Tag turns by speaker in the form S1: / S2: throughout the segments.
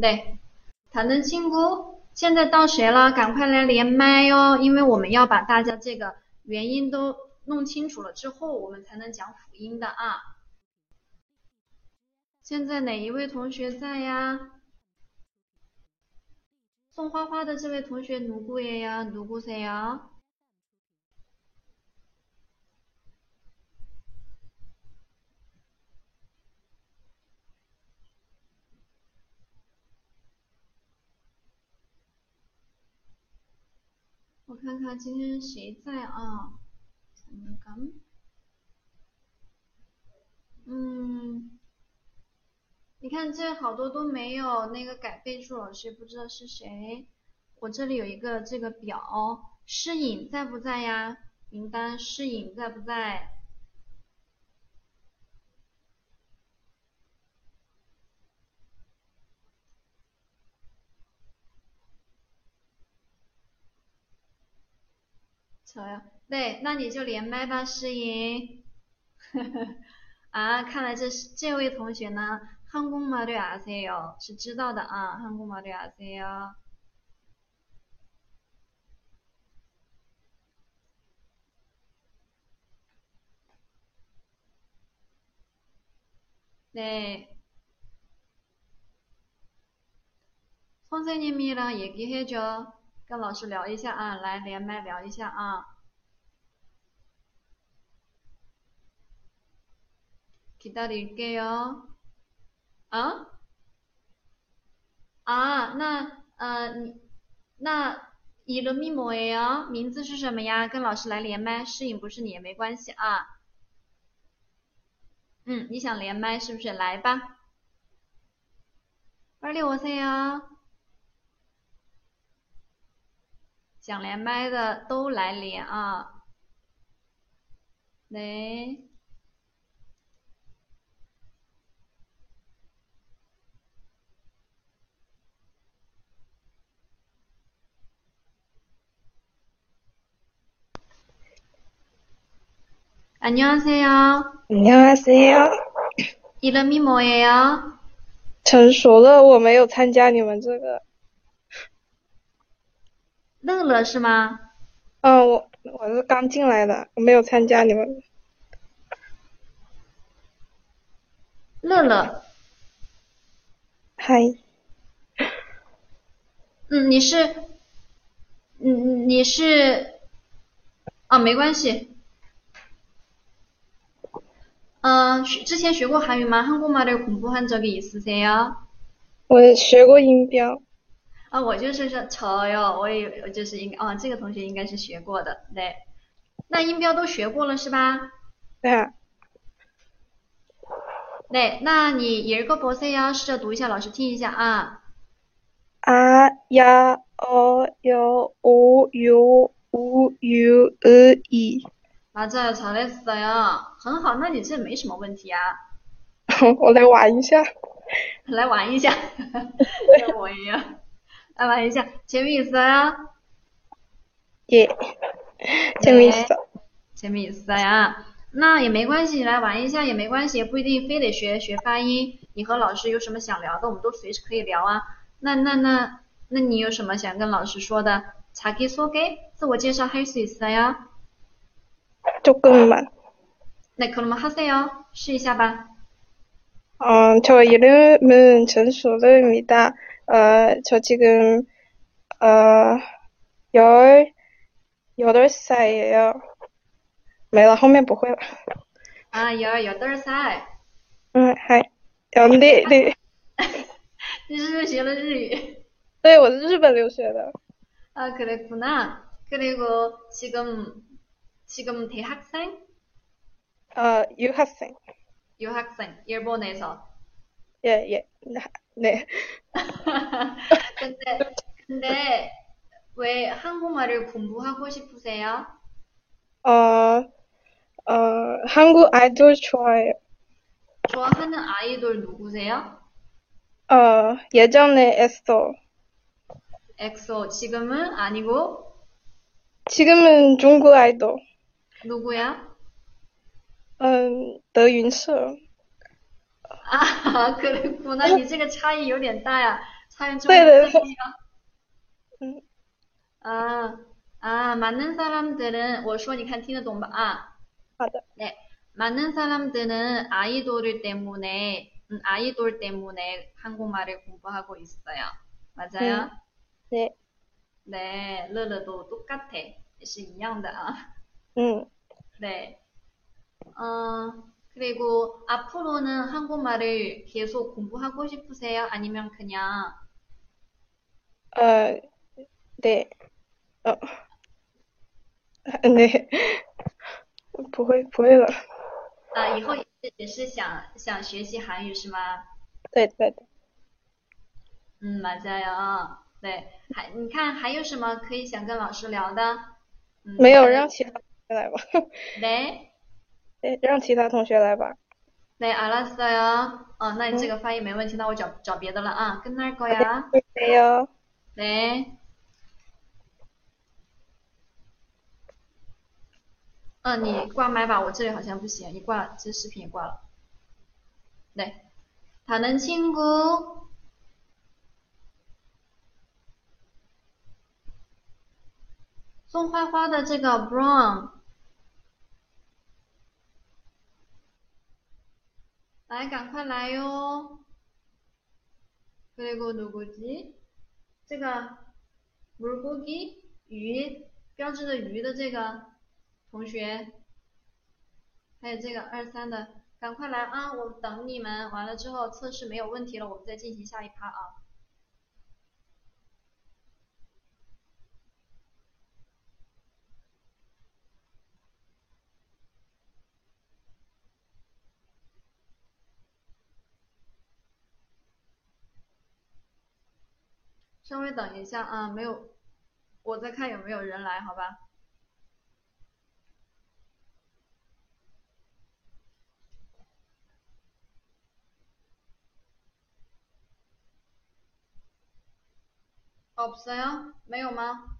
S1: 对，谈的亲姑，现在到谁了？赶快来连麦哦，因为我们要把大家这个原因都弄清楚了之后，我们才能讲辅音的啊。现在哪一位同学在呀？送花花的这位同学누구예요누구세요？我看看今天谁在啊？잠깐嗯，你看这好多都没有那个改备注老师不知道是谁。我这里有一个这个表，诗颖在不在呀？名单，诗颖在不在？저요. 네, 那你就连麦吧，诗颖。 啊，看来这是这位同学呢，한국말을아세요，是知道的啊，한국말을아세요。네. 선생님이랑 얘기해줘. 跟老师聊一下啊，来连麦聊一下啊。기다릴게요。啊？啊，那呃，你那이름이뭐예요？名哦字是什么呀？跟老师来连麦，适应不是你也没关系啊。嗯，你想连麦是不是？来吧。빨리오세요。想连麦的都来连啊！来，안녕하세요。
S2: 안녕하세요.
S1: 이름이뭐예요？
S2: 成熟了，我没有参加你们这个。
S1: 乐乐是吗？
S2: 嗯，我我是刚进来的，我没有参加你们。
S1: 乐乐，
S2: 嗨，
S1: 嗯，你是，嗯，你是，啊，没关系。嗯、学之前学过韩语吗？한국말을공부한적이있으세요？
S2: 我学过音标，
S1: 啊，我就是说潮哟，我也我就是应该，哦，这个同学应该是学过的，对。那音标都学过了是吧？
S2: 对啊，
S1: 네, 나니읽어보세요。试着读一下，老师听一下啊。
S2: 啊呀哦哟哦哟呜哟呃이，
S1: 맞아요, 잘했어요. 很好，那你这没什么问题啊。
S2: 我来玩一下。
S1: 来玩一下，像我一样，来玩一下。재미있어요?
S2: 예， 재미있어.
S1: 재미있어요.那也啊没关系，你来玩一下也没关系，也不一定非得学学发音。你和老师有什么想聊的，我们都随时可以聊啊。那那那，那你有什么想跟老师说的？자기소개自我介绍할수있어요？
S2: 조금만.
S1: 네, 그럼 하세요. 试一下吧。
S2: 어, 저 이름은 전수르입니다. 어, 저 지금, 어, 열, 여덟 살이에요. 没了，后面不会了。
S1: 아, 열啊 여덟 살。
S2: 嗯，还，嗯，对对，
S1: 你是不是学了日语？
S2: 对，我是日本留学的。
S1: 아, 그랬구나. 그리고 지금 지금 대학생?
S2: 呃， 어, 유학생，
S1: 유학생 일본에서.
S2: 예 예， 那네，
S1: 근데 근데 왜 한국말을 공부하고 싶으세요?
S2: 어, 어, 한국 아이돌 좋아해요.
S1: 좋아하는 아이돌 누구세요?
S2: 어, 예전에 했어.
S1: 엑소 지금은 아니고
S2: 지금은 중국 아이돌,
S1: 누구야?
S2: 음, 더윤수.
S1: 아, 그랬구나. 이这个差异有点大呀 사연 좀
S2: 对的，
S1: 해주세요.
S2: 음,
S1: 아, 아, 많은 사람들은, 어, 我说你看听得懂吧? 아,
S2: 好的，
S1: 네. 많은 사람들은 아이돌 때문에, 음, 아이돌 때문에 한국말을 공부하고 있어요. 맞아요?
S2: 嗯，对，
S1: 네, 르르도 똑같아. 是一样的啊.
S2: 嗯，
S1: 네. 어, 그리고 앞으로는 한국말을 계속 공부하고 싶으세요? 아니면 그냥,
S2: 呃，对，呃，对，不会不会了，
S1: 啊，以后也是只是想想学习韩语是吗？
S2: 对对对，
S1: 嗯，맞아요。对，还你看还有什么可以想跟老师聊的？嗯，
S2: 没有
S1: 可能
S2: 让其他同学来吧，
S1: 네
S2: 对，让其他同学来吧，
S1: 네알았어요。哦，那你这
S2: 嗯，
S1: 个翻译没问题，那我找找别的了啊。끝날거
S2: 好的，
S1: 야。
S2: 谢谢哟。
S1: 네。 嗯，你挂麦吧，我这里好像不行，你挂，这视频也挂了。对，다른친구， 送花花的这个 Brown，来，赶快来哟。 그리고 누구지? 这个 물고기 鱼标志着鱼的这个同学，还有这个二三的，赶快来啊！我等你们。完了之后测试没有问题了，我们再进行下一趴啊。稍微等一下啊，没有，我再看有没有人来，好吧？없어요？没哦有吗？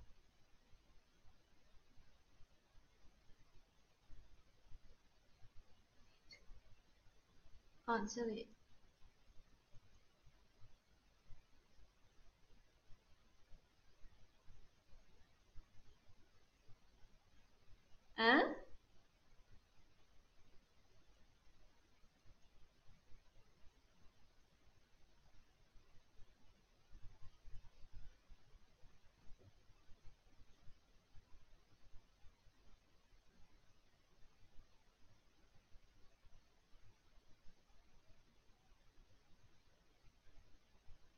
S1: 啊，这里，嗯，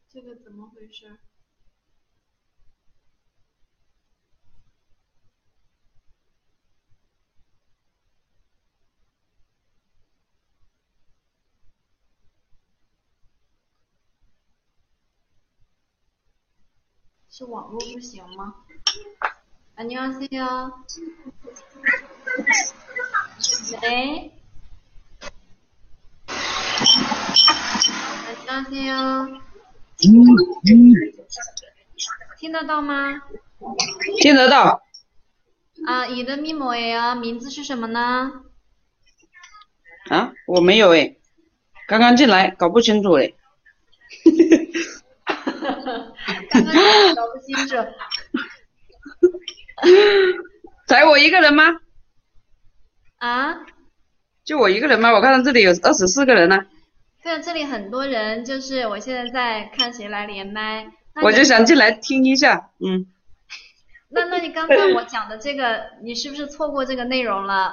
S1: 这个怎么回事？是网络不行吗？안녕하세요。喂，안녕하세요。
S3: 嗯嗯，
S1: 听得到吗？
S3: 听得到。
S1: 啊，你的密码呀，名字是什么呢？
S3: 啊，我没有哎，刚刚进来，搞不清楚哎。
S1: 刚刚进来搞不清楚。
S3: 才我一个人吗？
S1: 啊，
S3: 就我一个人吗？我看到这里有二十四个人呢、啊
S1: 对，这里很多人，就是我现在在看谁来连麦。那
S3: 我
S1: 你
S3: 就想
S1: 刚，
S3: 进来听一下。嗯，
S1: 那那你刚才我讲的这个，你是不是错过这个内容了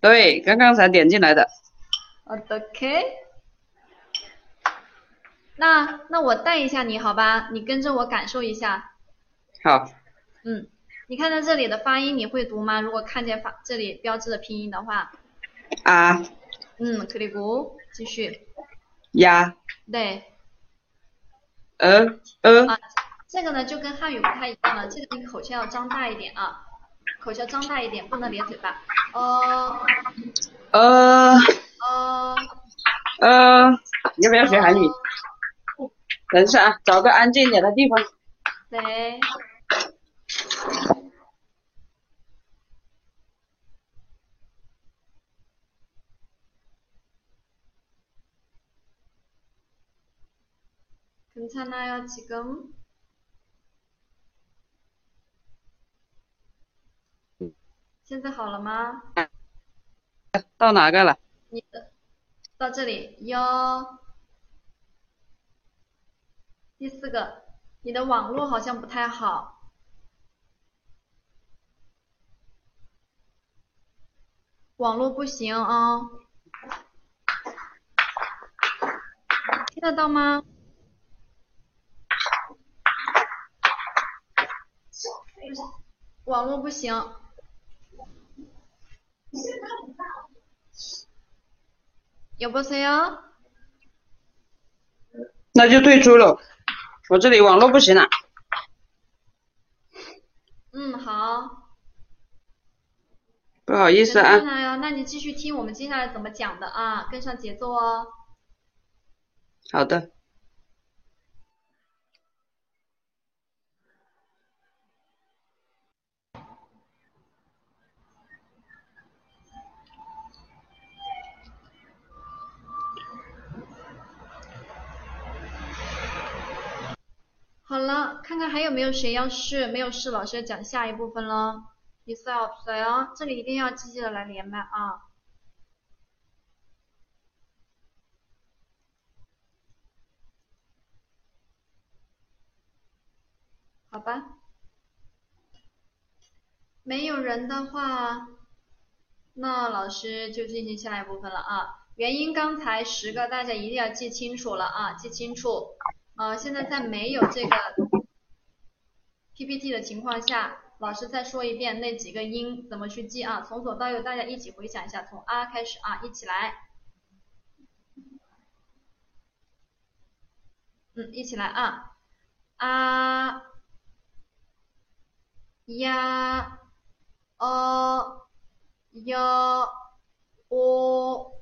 S1: 呃
S3: 对，刚刚才点进来的。
S1: ？OK，那那我带一下你好吧，你跟着我感受一下。
S3: 好，
S1: 嗯，你看到这里的发音你会读吗？如果看见发这里标志的拼音的话，
S3: 啊
S1: 嗯，克里古，继续，
S3: 呀
S1: 对。
S3: 呃呃
S1: 啊，这个呢就跟汉语不太一样了，这个你口腔要张大一点啊，口腔张大一点，不能咧嘴巴。呃
S3: 呃
S1: 呃
S3: 呃，你要不要学韩语？
S1: 呃，
S3: 等一下啊，找个安静一点的地方。
S1: 对， 괜찮아요, 지금?现在好了吗？
S3: 到哪个了？
S1: 你的到这里哟。第四个，你的网络好像不太好，网络不行啊、听得到吗？网络不行，여보세요？
S3: 那就退出了。我这里网络不行啊了。
S1: 嗯，好。
S3: 不好意思
S1: 能
S3: 啊
S1: 听，来哦，那你继续听我们接下来怎么讲的啊，跟上节奏哦。
S3: 好的，
S1: 好了，看看还有没有谁要试，没有试，老师讲下一部分喽。比赛哦，比赛哦，这里一定要积极的来连麦啊。好吧，没有人的话，那老师就进行下一部分了啊。原因刚才十个大家一定要记清楚了啊，记清楚。呃，现在在没有这个 PPT 的情况下，老师再说一遍那几个音怎么去记啊？从左到右，大家一起回想一下，从 R 开始啊，一起来。嗯，一起来啊，啊，呀，哦，哟，哦，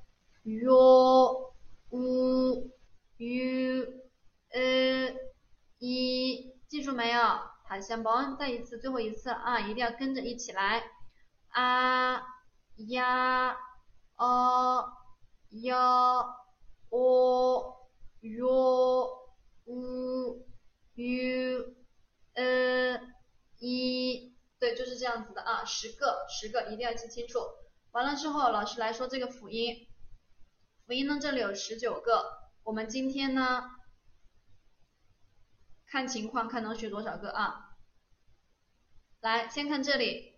S1: 哟，呜，u。呃，一，记住没有？好，先保安再一次，最后一次啊，一定要跟着一起来。啊呀哦哟哦哟呜 u 呃一，对，就是这样子的啊，十个十个一定要记清楚。完了之后，老师来说这个辅音，辅音呢这里有十九个，我们今天呢看情况，看能学多少个啊。来，先看这里，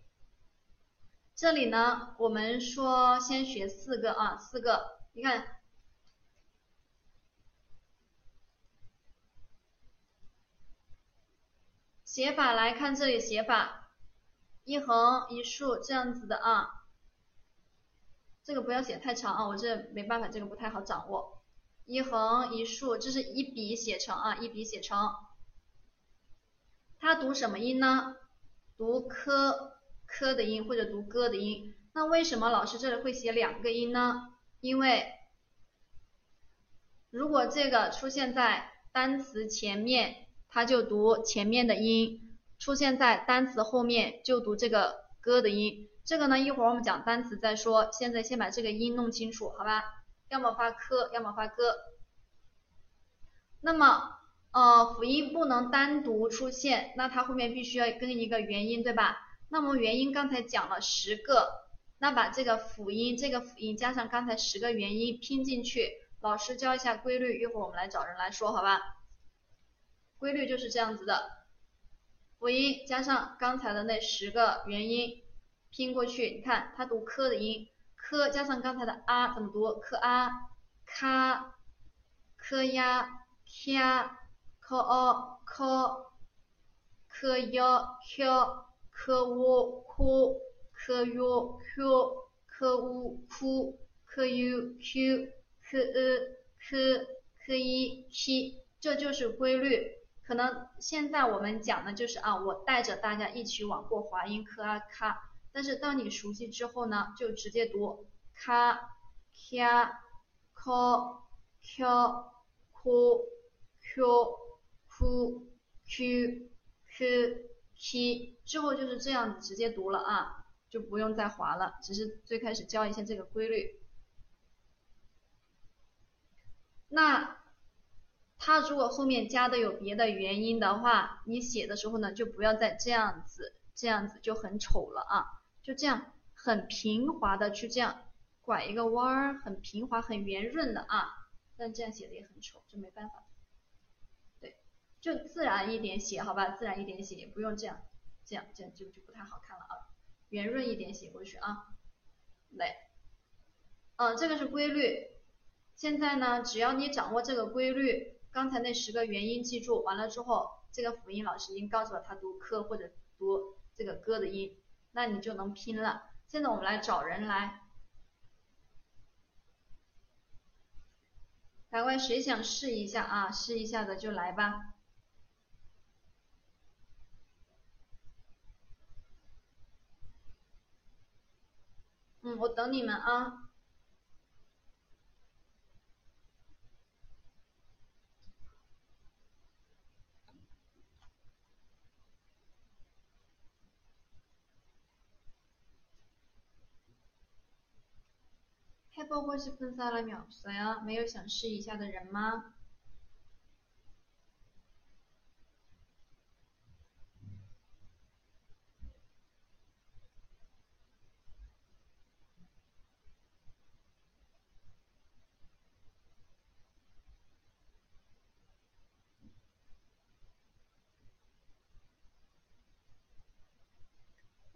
S1: 这里呢，我们说先学四个啊，四个，你看，写法来看这里写法，一横一竖这样子的啊。这个不要写太长啊，我这没办法，这个不太好掌握。一横一竖，这是一笔写成啊，一笔写成。它读什么音呢？读科科的音或者读歌的音。那为什么老师这里会写两个音呢？因为如果这个出现在单词前面，它就读前面的音；出现在单词后面，就读这个歌的音。这个呢，一会儿我们讲单词再说。现在先把这个音弄清楚，好吧？要么发科，要么发歌。那么呃，辅音不能单独出现，那它后面必须要跟一个元音，对吧？那么元音刚才讲了十个，那把这个辅音、这个辅音加上刚才十个元音拼进去，老师教一下规律，一会儿我们来找人来说，好吧？规律就是这样子的，辅音加上刚才的那十个元音拼过去，你看它读科的音，科加上刚才的啊怎么读？科啊，咔，科呀，咔。科哦科，科幺科，科五科，科六科，科五科，科六科，科二科，科一七，这就是规律。可能现在我们讲的就是啊，我带着大家一起往过滑音科啊咔，但是当你熟悉之后呢，就直接读咔咔科科科科。q q q k 之后就是这样直接读了啊，就不用再划了，只是最开始教一下这个规律。那它如果后面加的有别的原因的话，你写的时候呢，就不要再这样子，这样子就很丑了啊。就这样很平滑的去这样拐一个弯儿，很平滑、很圆润的啊。但这样写的也很丑，就没办法。对，就自然一点写，好吧，自然一点写，也不用这样，这样这样就就不太好看了啊。圆润一点写过去啊。来，嗯、这个是规律。现在呢，只要你掌握这个规律，刚才那十个元音记住完了之后，这个辅音老师已经告诉了他读科或者读这个歌的音，那你就能拼了。现在我们来找人来，赶快谁想试一下啊？试一下的就来吧。嗯，我等你们啊。해보 고싶은사람이없어요？没有啊想试一下的人吗？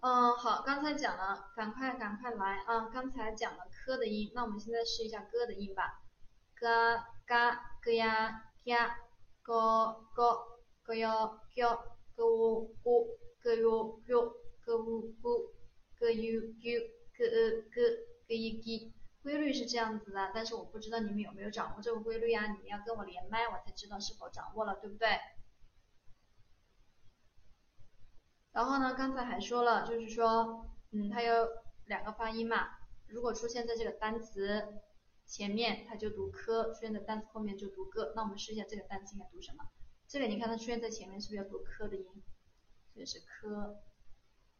S1: 嗯，好，刚才讲了，赶快赶快来啊！刚才讲了科的音，那我们现在试一下歌的音吧。嘎嘎咯呀呀，咯咯咯哟哟，咯呜呜，咯哟哟，咯呜呜，咯呦呦，咯呃咯咯一滴。规律是这样子的，但是我不知道你们有没有掌握这个规律啊？你们要跟我连麦，我才知道是否掌握了，对不对？然后呢，刚才还说了，就是说，嗯，它有两个发音嘛，如果出现在这个单词前面，它就读科；出现在单词后面就读个。那我们试一下这个单词应该读什么？这个你看它出现在前面，是不是要读科的音？这是科，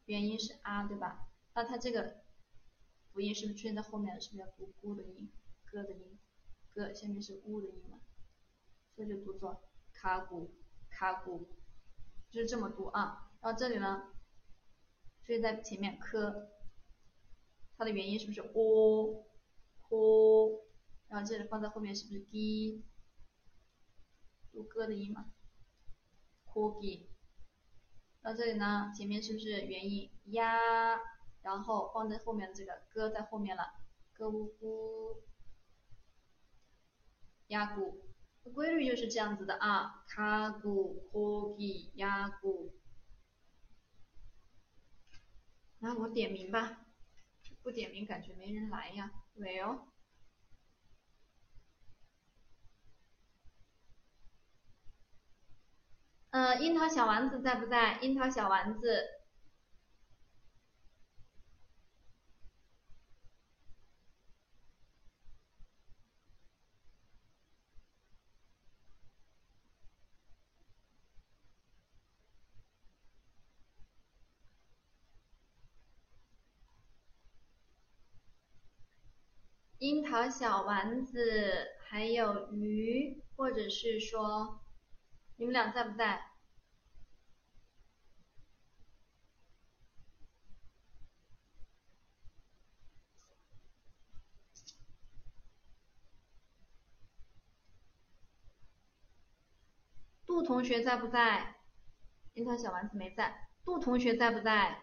S1: 元音是啊，对吧？那它这个辅音是不是出现在后面了？是不是要读咕的音、歌的音、歌下面是乌的音嘛？所以就读作卡古卡古。就是这么读啊。然后这里呢，所以在前面科，它的元音是不是 o o？然后这里放在后面是不是 d？读歌的音嘛 c o g 到这里呢，前面是不是元音呀？然后放在后面的这个歌在后面了，歌呜咕，呀咕。规律就是这样子的啊，卡古、科吉、雅古。来，我点名吧，不点名感觉没人来呀。哦没有。呃，樱桃小丸子在不在？樱桃小丸子。樱桃小丸子，还有鱼，或者是说，你们俩在不在？杜同学在不在？樱桃小丸子没在。杜同学在不在？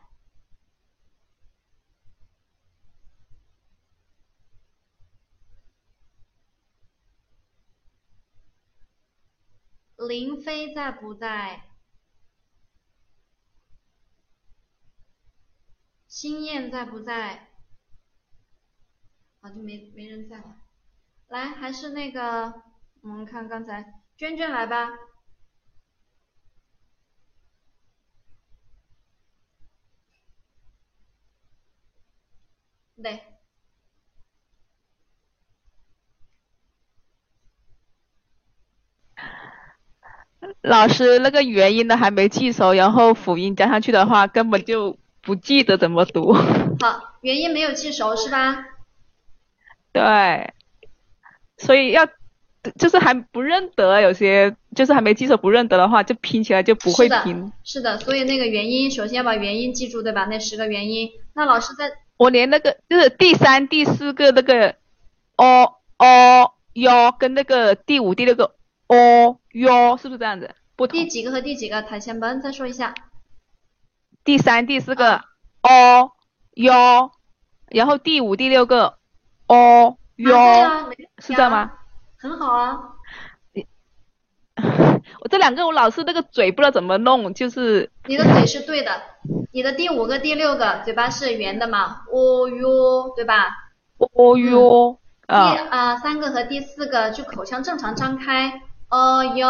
S1: 林飞在不在？心燕在不在？好，就没没人在了。来，还是那个，我们看刚才娟娟来吧。对，
S4: 老师，那个元音的还没记熟，然后辅音加上去的话，根本就不记得怎么读。
S1: 好，元音没有记熟是吧？
S4: 对，所以要就是还不认得，有些就是还没记熟不认得的话，就拼起来就不会拼。
S1: 是的，所以那个元音首先要把元音记住，对吧？那十个元音，那老师在
S4: 我连那个就是第三、第四个那个 o o 哟跟那个第五、第六个 o 哟，是不是这样子？不同
S1: 第。几个和第几个弹前班再说一下。
S4: 第三、第四
S1: 啊
S4: 个 o 哟，然后第五、第六个 o 哟，
S1: 啊对啊，
S4: 是这样吗？
S1: 很好啊，
S4: 我这两个我老是那个嘴不知道怎么弄，就是
S1: 你的嘴是对的，你的第五个、第六个嘴巴是圆的嘛，哦哟，对吧？
S4: 哦哟
S1: 第
S4: 啊
S1: 啊、三个和第四个就口腔正常张开，哦哟，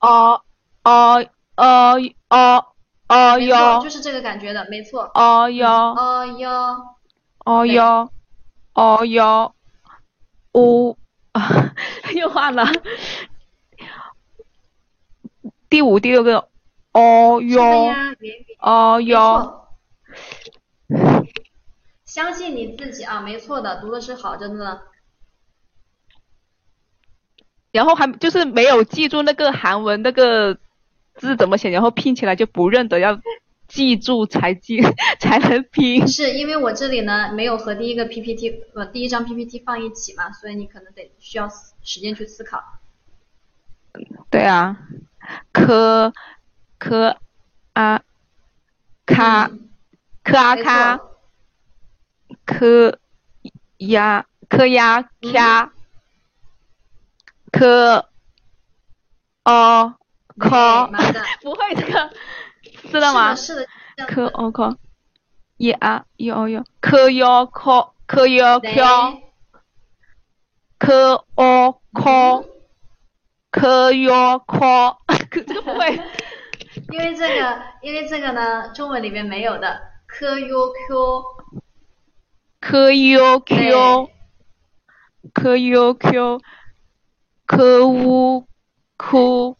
S4: 哦哦哦哦哦
S1: 没错，
S4: 哟
S1: 就是这个感觉的，没错。
S4: 哦哟
S1: 哦哟，
S4: 哦哟哦哟呜啊 又换了第五第六个哦
S1: 是的
S4: 哟
S1: 呀，圆饼，
S4: 哦
S1: 没
S4: 哟
S1: 错。相信你自己啊，没错的，读的是好，真的。
S4: 然后还就是没有记住那个韩文那个字怎么写，然后拼起来就不认得，要记住才记 才能拼。
S1: 是因为我这里呢没有和第一个 PPT 呃第一张 PPT 放一起嘛，所以你可能得需要思时间去思考。
S4: 对啊，科科啊卡
S1: 嗯
S4: 科啊
S1: 没
S4: 卡
S1: 错，
S4: 科呀科呀卡科哦
S1: 对
S4: 科，
S1: 妈的，
S4: 不会这个知道吗？
S1: 是的，是的这样子
S4: 科哦科，耶啊哟哦哟，科哟科科哟
S1: 对
S4: 科科哦科科哟科，可这个不会。
S1: 因为这个，因为这个呢，中文里面没有的。科 u q，
S4: 科哟
S1: 对
S4: q，科哟 q，科乌库，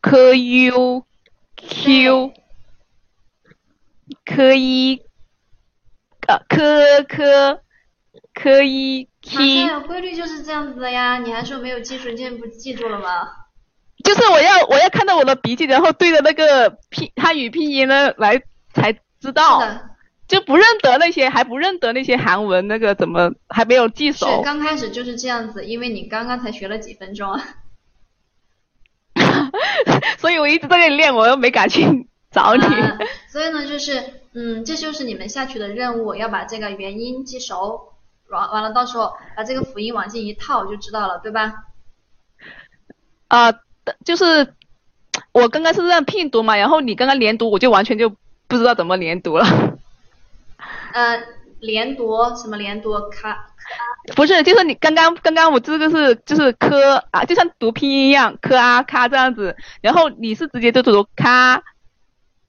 S4: 科哟 q，科一啊科科科一
S1: 马上
S4: k。
S1: 有规律就是这样子的呀。你还说没有记住，你现在不记住了吗？
S4: 就是我要我要看到我的笔记，然后对着那个拼汉语拼音呢来才知
S1: 是
S4: 道，
S1: 的，
S4: 就不认得那些，还不认得那些韩文那个怎么还没有记
S1: 是
S4: 熟，
S1: 刚开始就是这样子，因为你刚刚才学了几分钟啊。
S4: 所以我一直在那里练，我又没敢去找你。
S1: 啊，所以呢，就是嗯，这就是你们下去的任务，要把这个元音记熟，完完了，到时候把这个辅音往进一套就知道了，对吧？
S4: 啊、就是我刚刚是让拼读嘛，然后你刚刚连读，我就完全就不知道怎么连读了。
S1: 呃，连读什么连读卡
S4: 不是，就是你刚刚刚刚我这个是就是科啊，就像读拼音一样，科啊咔这样子，然后你是直接就读咔，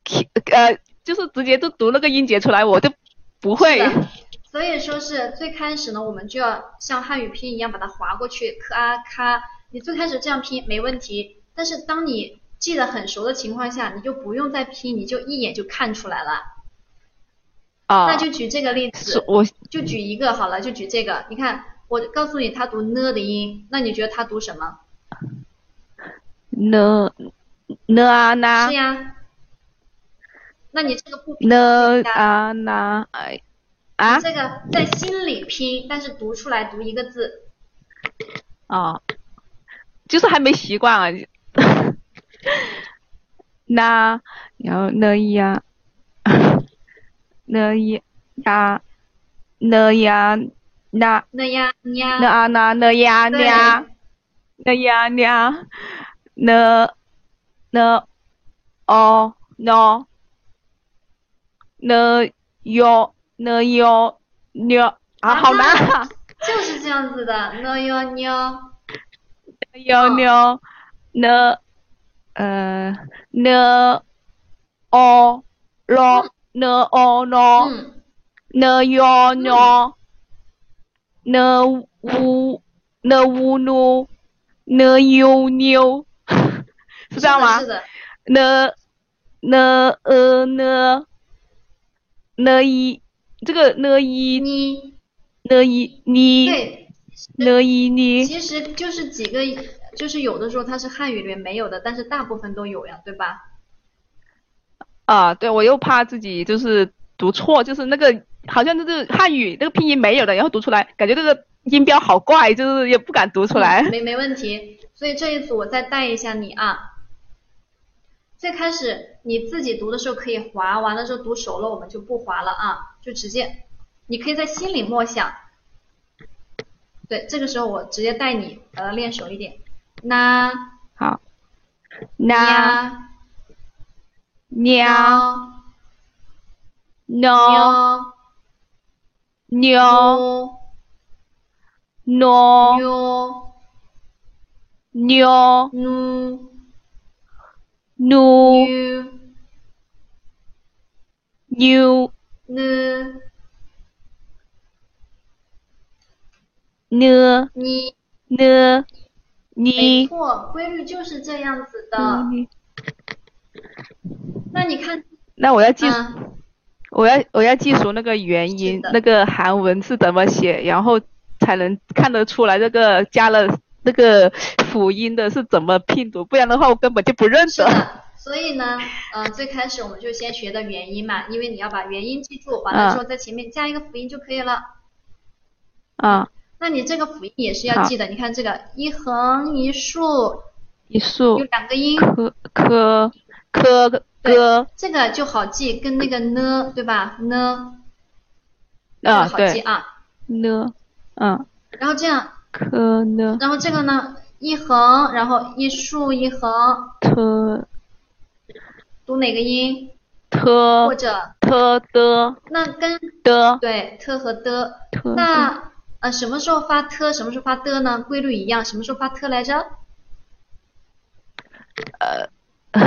S4: ki- 呃，就是直接就读那个音节出来，我就不会。
S1: 是的所以说是最开始呢，我们就要像汉语拼音一样把它划过去，咔啊咔。你最开始这样拼没问题，但是当你记得很熟的情况下，你就不用再拼，你就一眼就看出来了。
S4: 啊，
S1: 那就举这个例
S4: 是
S1: 子，
S4: 我
S1: 就举一个好了，就举这个。你看，我告诉你它读呢的音，那你觉得它读什么？
S4: 呢呢啊
S1: 是
S4: 那
S1: 呀。那你这个不拼
S4: 呢
S1: 呀
S4: 啊那哎啊
S1: 这个在心里拼，但是读出来读一个字。
S4: 啊，就是还没习惯 啊。那啊然后呢呀，呢呀，呢呀，啊那
S1: 那呀呀，
S4: 那啊那啊呢呀
S1: 对
S4: 呀，呢呀呀，呢呢哦 no，呢哟呢哟呢啊，好难啊！
S1: 就是这样子的。呢呀呀。哦
S4: 幺幺哎呢呃呢哦咯呢哦咯
S1: 嗯，
S4: 呢幺幺呢乌呢乌努呢悠妞， 是
S1: 是
S4: 这样
S1: 的
S4: 吗
S1: 是？的，
S4: 呢呢呃呢呢一这个呢一
S1: 你
S4: 呢一你
S1: 对，
S4: 呢一呢，
S1: 其实就是几个，就是有的时候它是汉语里面没有的，但是大部分都有呀，对吧？
S4: 啊，对我又怕自己就是读错，就是那个好像就是汉语那个拼音没有的，然后读出来感觉这个音标好怪，就是也不敢读出来。
S1: 没没问题。所以这一组我再带一下你啊。最开始你自己读的时候可以划，完了之后读熟了我们就不划了啊，就直接，你可以在心里默想。对，这个时候我直接带你呃练熟一点。na
S4: 好，那鸟
S1: n
S4: no
S1: o
S4: 牛 no 哦
S1: u
S4: 牛
S1: nu
S4: 努
S1: u
S4: 牛
S1: n
S4: 呢
S1: ni，
S4: 呢
S1: 没
S4: 你
S1: 错，规律就是这样子的。
S4: 嗯
S1: 那你看，
S4: 那我要记
S1: 嗯，
S4: 我要我要记熟那个元音，
S1: 的
S4: 那个韩文是怎么写，然后才能看得出来这个加了那个辅音的是怎么拼读，不然的话我根本就不认
S1: 是
S4: 得。
S1: 的。所以呢，呃，最开始我们就先学的元音嘛，因为你要把元音记住，完了之后在前面加一个辅音就可以了。
S4: 啊，
S1: 那你这个辅音也是要
S4: 好
S1: 记的，你看这个一横一竖
S4: 一
S1: 有
S4: 竖
S1: 两个音，
S4: 科科科歌
S1: 这个就好记，跟那个呢，对吧？呢，这个
S4: 啊，
S1: 好记
S4: 对
S1: 啊。
S4: 呢，嗯，
S1: 然后这样，
S4: 科呢
S1: 然后这个呢，一横，然后一竖一横，
S4: 特
S1: 读哪个音？或
S4: 特
S1: 者
S4: 特的
S1: 那跟
S4: 的
S1: 对特和的，
S4: 特的
S1: 那呃什么时候发特，什么时候发的呢？规律一样，什么时候发特来着？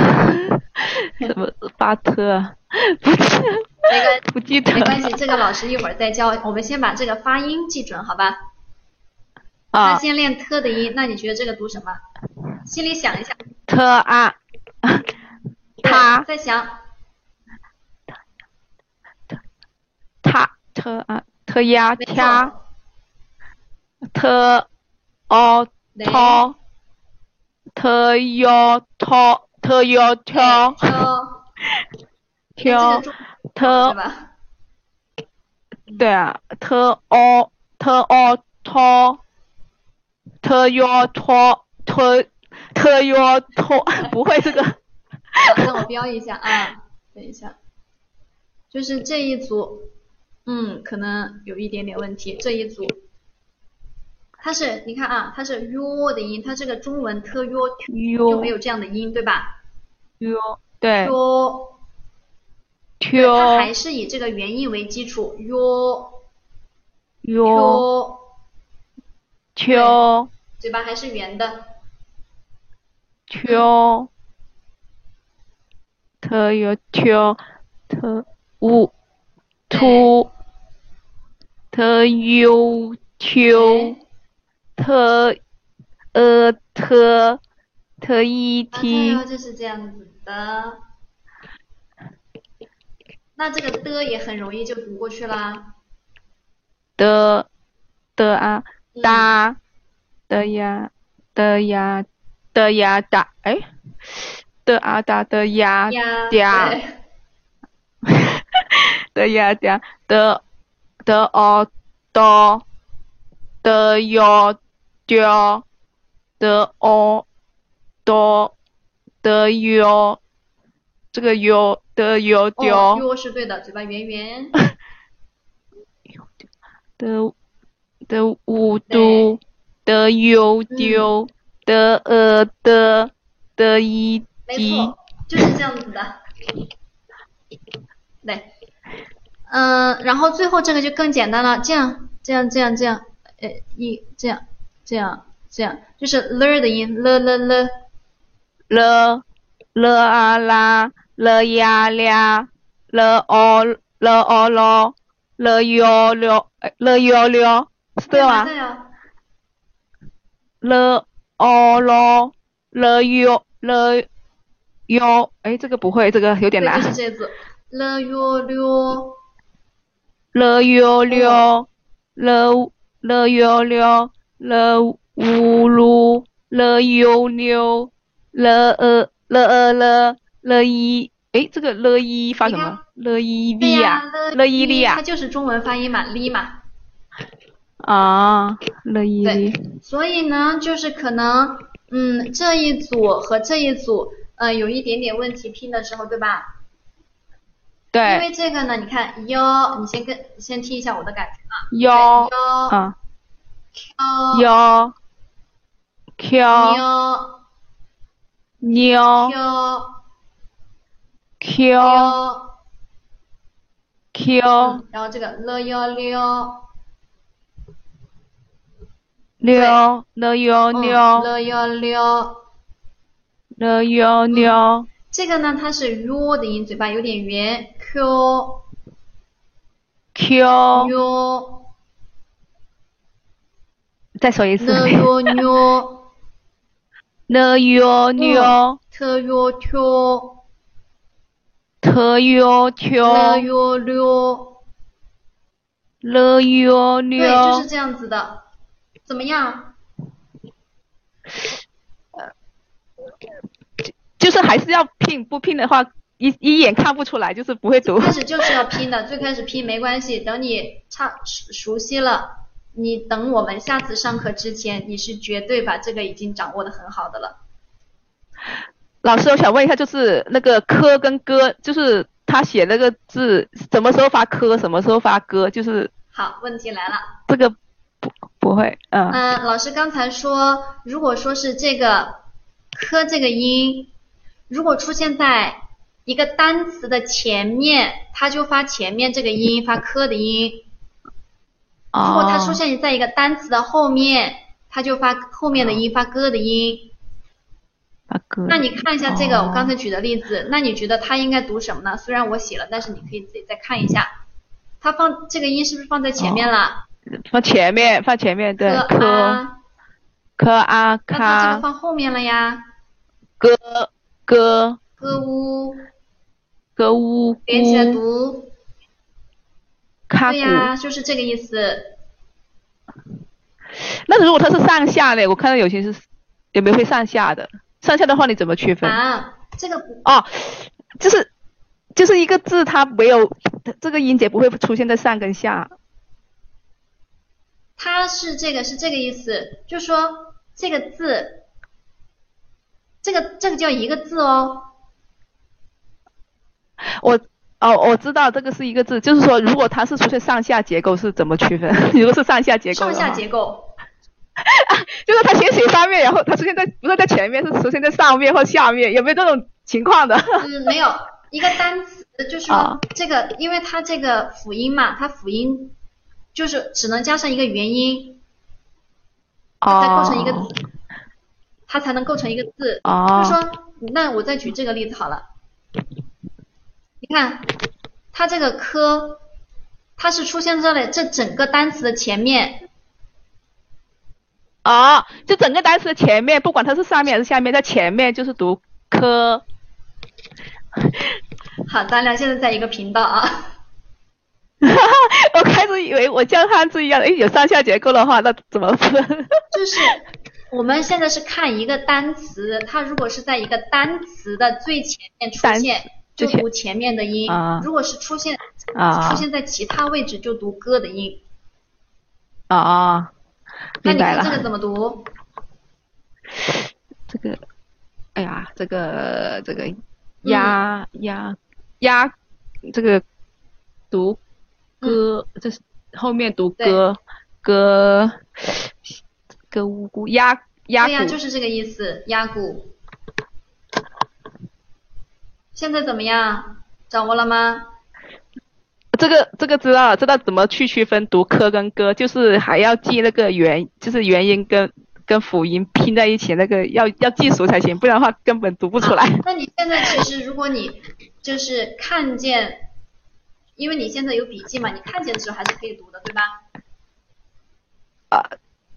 S4: 什么巴特啊， 不记
S1: 没关
S4: 不记 得
S1: 没关系，这个老师一会儿再教。我们先把这个发音记准，好吧？那
S4: 啊，
S1: 先练特的音，那你觉得这个读什么？心里想一下，
S4: 特啊，他
S1: 对再想，
S4: 他特啊特呀
S1: 没
S4: 他
S1: 错，
S4: 特哦
S1: 雷
S4: 涛特哟涛特哟
S1: 跳
S4: 跳
S1: 跳，这个
S4: 跳
S1: 重对
S4: 特
S1: 吧？
S4: 对啊特哦特哦涛特哟涛特特哟涛 不会这个
S1: 让我标一下啊，等一下，就是这一组，嗯，可能有一点点问题。这一组，它是你看啊，它是 u 的音，它这个中文特 u 就
S4: 哟
S1: 没有这样的音，对吧
S4: 哟对
S1: u 它
S4: 跳
S1: 还是以这个元音为基础 u
S4: 哟
S1: u，
S4: 跳
S1: 嘴巴还是圆的，
S4: 跳特哟跳特五
S1: 对
S4: 突特悠
S1: 哎
S4: 秋特呃特特一
S1: 啊，对
S4: 踢
S1: 哦，就是这样子的。那这个的也很容易就读过去啦。
S4: 的的啊
S1: 嗯
S4: 哒的呀的呀的呀哒哎的啊哒的呀
S1: 嗯呀，
S4: 嗲
S1: 对。
S4: 的呀的呀的的哦哆的哟哆的哦哆的哟，这个哟的哟
S1: 哦
S4: 哆
S1: ，u 是对的，嘴巴圆圆。
S4: 的的五度的悠
S1: 嗯
S4: 丢的呃的的一
S1: 没
S4: 滴
S1: 错，就是这样子的。对，嗯、然后最后这个就更简单了，这样，这样，这样，这样，呃，一这样，这样，这样，就是 l 的音，l l l，
S4: 了了啊啦了呀啦了哦了哦咯了哟了哎了哟了是这
S1: 对
S4: 个
S1: 呀
S4: 吗
S1: 对？啊呀，
S4: 了哦咯了哟了哟哎这个不会这个有点
S1: 对，就是
S4: 难
S1: 这组，l u l
S4: 哦了哟了了了哟了了乌噜了悠溜了呃了呃了了一，诶，这个了一发什么？了一
S1: 对
S4: 粒
S1: 呀
S4: 呀，，
S1: 勒
S4: 勒伊利啊
S1: 它就是中文翻译嘛，利嘛。
S4: 啊，了一粒，
S1: 所以呢，就是可能，嗯，这一组和这一组，呃，有一点点问题拼的时候，对吧？因
S4: 对，
S1: 为这个呢，你看哟，你先跟你先听一下我的感觉啊，
S4: 腰
S1: 哟嗯
S4: 啊腰，q
S1: 哟哟
S4: q
S1: 哟
S4: q
S1: 哟，
S4: q
S1: 嗯然后这个了哟溜，
S4: 溜了悠
S1: 嗯
S4: 溜
S1: 了哟溜，
S4: 了悠溜
S1: 这个呢，它是 u 的音，嘴巴有点圆，q 哦
S4: q，
S1: u
S4: 再说一次，
S1: 了哟溜
S4: 了悠溜。
S1: ，t u q
S4: 特哟
S1: 了
S4: 跳，
S1: 哟溜。
S4: 了哟
S1: 对，就
S4: 溜
S1: 是，这样子的。怎么样？
S4: 就是还是要拼，不拼的话，一一眼看不出来，就是不会读。
S1: 开始就是要拼的，最开始拼没关系，等你差熟熟悉了，你等我们下次上课之前，你是绝对把这个已经掌握的很好的了。
S4: 老师，我想问一下，就是那个科跟歌，就是他写那个字，什么时候发科，什么时候发歌，就是
S1: 好，问题来了，
S4: 这个不不会，嗯
S1: 嗯、老师刚才说，如果说是这个“科”这个音，如果出现在一个单词的前面，它就发前面这个音，发“科”的音。如果它出
S4: 哦，
S1: 现在一个单词的后面，它就发后面的音，发“歌”的音。
S4: 发歌，
S1: 那你看一下这个
S4: 嗯哦
S1: 我刚才举的例子，那你觉得它应该读什么呢？虽然我写了，但是你可以自己再看一下，它放这个音是不是放在前面了？
S4: 放前面，放前哦面，对，
S1: 科
S4: 科
S1: 啊，
S4: 科
S1: 那
S4: 啊
S1: 它这个
S4: 卡
S1: 放后面了呀。
S4: 歌歌
S1: 歌乌
S4: 歌乌
S1: 连起来
S4: 乌
S1: 读，
S4: 卡
S1: 对
S4: 鼓。
S1: 呀，就是这个意思。
S4: 那如果它是上下嘞，我看到有些是有没有会上下的，上下的话你怎么区分？
S1: 啊，这个不
S4: 哦，就是就是一个字它没有这个音节不会出现在上跟下。
S1: 它是这个是这个意思，就说这个字，这个这个叫一个字哦。
S4: 我哦我知道这个是一个字，就是说如果它是出现上下结构是怎么区分？ 如果是上下结构
S1: 上
S4: 的话，
S1: 下结构，
S4: 就是它先写上面，然后它出现在不是在前面，是出现在上面或下面，有没有这种情况的？
S1: 嗯，没有一个单词，就说
S4: 啊
S1: 这个，因为它这个辅音嘛，它辅音就是只能加上一个元音， 它才构成一个
S4: 哦
S1: 字，它才能构成一个字。就
S4: 哦，
S1: 说，那我再举这个例子好了，你看，它这个科，它是出现在了这整个单词的前面，
S4: 哦，就整个单词的前面，不管它是上面还是下面，在前面就是读科。
S1: 好，咱俩现在在一个频道啊。
S4: 我开始以为我像汉字一样，哎，有上下结构的话，那怎么分？
S1: 就是我们现在是看一个单词，它如果是在一个单词的最前面出
S4: 单词
S1: 现，就
S4: 最前
S1: 读前面的音；
S4: 啊
S1: 如果是出现、
S4: 啊
S1: 出现在其他位置，就读歌的音。
S4: 啊，
S1: 那
S4: 明
S1: 你
S4: 白
S1: 看这个
S4: 了。
S1: 怎么读？
S4: 这个，哎呀，这个这个鸭鸭鸭，这个读歌，这是后面读
S1: 对
S4: 歌歌歌乌龟鸭鸭
S1: 对呀、
S4: 骨
S1: 就是这个意思，压鼓。现在怎么样？掌握了吗？
S4: 这个这个知道了，知道怎么去区分读科跟歌，就是还要记那个元，就是元音跟跟辅音拼在一起，那个要要记熟才行，不然的话根本读不出来。
S1: 那你现在其实，如果你就是看见，因为你现在有笔记嘛，你看见的时候还是可以读的，对吧？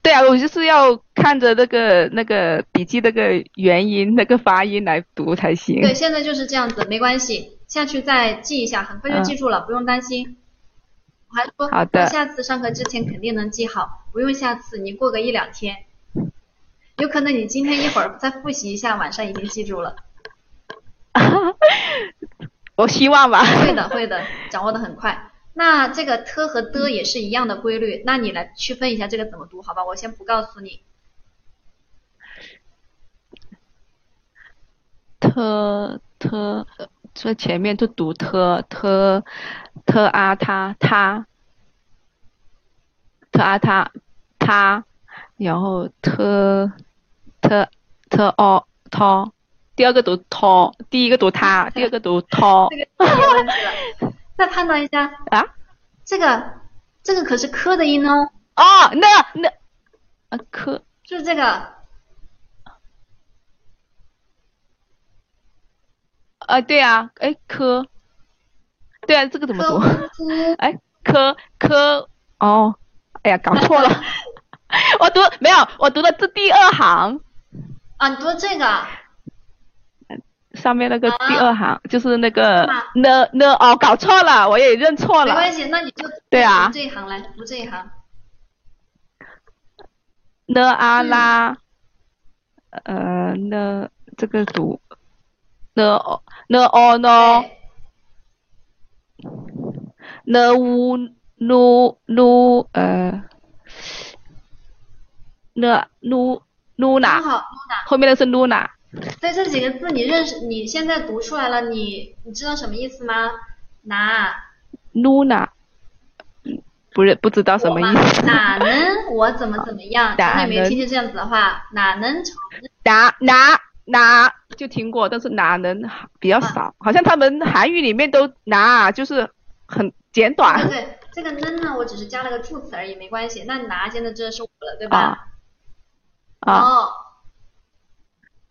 S4: 对啊，我就是要看着那个那个笔记那个元音那个发音来读才行。
S1: 对，现在就是这样子，没关系，下去再记一下，很快就
S4: 嗯
S1: 记住了，不用担心。我还说，
S4: 好的
S1: 我下次上课之前肯定能记好，不用下次，你过个一两天，有可能你今天一会儿再复习一下，晚上已经记住了。
S4: 我希望吧。
S1: 会的，会的，掌握的很快。那这个 t 和的也是一样的规律，那你来区分一下这个怎么读，好吧？我先不告诉你。
S4: 特特，这前面就读特特特啊他他，特啊他他，然后特特特哦涛，第二个读涛，第一个读他，第二个读涛
S1: 这个没问题了。再判断一下，
S4: 啊
S1: 这个这个可是科的音哦，
S4: 哦那那啊科
S1: 就是这个
S4: 啊对啊哎科，对啊这个怎么
S1: 科
S4: 读？
S1: 夫
S4: 哎，科科哦，哎呀，搞错了，我读没有，我读的是第二行
S1: 啊，你读这个啊
S4: 上面那个
S1: 啊
S4: 第二行，就是那个
S1: 啊
S4: 呢呢哦，搞错了，我也认错
S1: 没
S4: 了，
S1: 关系，那你就
S4: 对啊
S1: 读这一行来读这一行，
S4: 呢啊
S1: 嗯
S4: 啦，呃呢这个读呢哦呢哦呢
S1: 对，
S4: 呢乌努努呃呢努努
S1: 很
S4: 哪，
S1: 好。
S4: 后面的是努哪。
S1: 对这几个字你认识，你现在读出来了，你你知道什么意思吗？哪
S4: Luna，嗯不认不知道什
S1: 我
S4: 么
S1: 吗
S4: 意思。
S1: 哪能我怎么怎么样？从
S4: 哪
S1: 来没有
S4: 能
S1: 听见这样子的话，哪能成
S4: 哪哪哪就听过，但是哪能比较少，
S1: 嗯
S4: 好像他们韩语里面都哪就是很简
S1: 对
S4: 短啊
S1: 对，这个能呢，我只是加了个助词而已，没关系。那拿现在这是我了，对吧？
S4: 啊啊。
S1: 哦，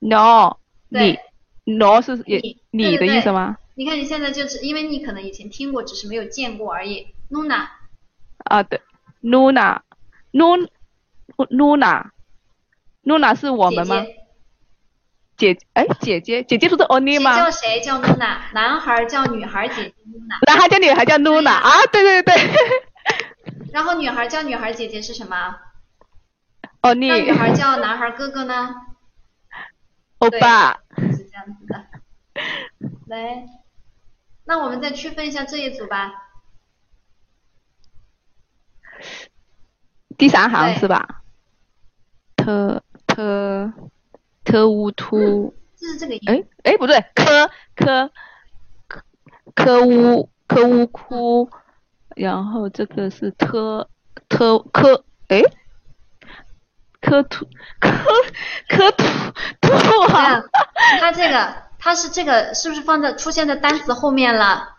S4: No，你
S1: 对，
S4: no 是也
S1: 你
S4: 你的意思吗？
S1: 你看你现在就是因为你可能以前听过，只是没有见过而已。Luna，
S4: 啊，对，Luna，Lun Luna Luna 是我们吗
S1: 姐？姐，
S4: 姐哎，姐姐姐姐不是 Only
S1: 谁
S4: 吗
S1: 叫？谁叫 Luna？男孩叫女孩姐姐 Luna，
S4: 男孩叫女孩叫 Luna 啊，对对对
S1: 然后女孩叫女孩姐姐是什么？ 那女
S4: ，Only
S1: 孩叫男孩哥哥呢？
S4: 欧巴。
S1: 是这样子的。来，那我们再区分一下这一组吧。
S4: 第三行
S1: 对
S4: 是吧？特特特乌突，
S1: 就是这个音，
S4: 哎哎不对，科科科科乌科乌哭，然后这个是特特科哎科图科科图图
S1: 对
S4: 啊
S1: 啊，它这个它是这个是不是放在出现在单词后面了？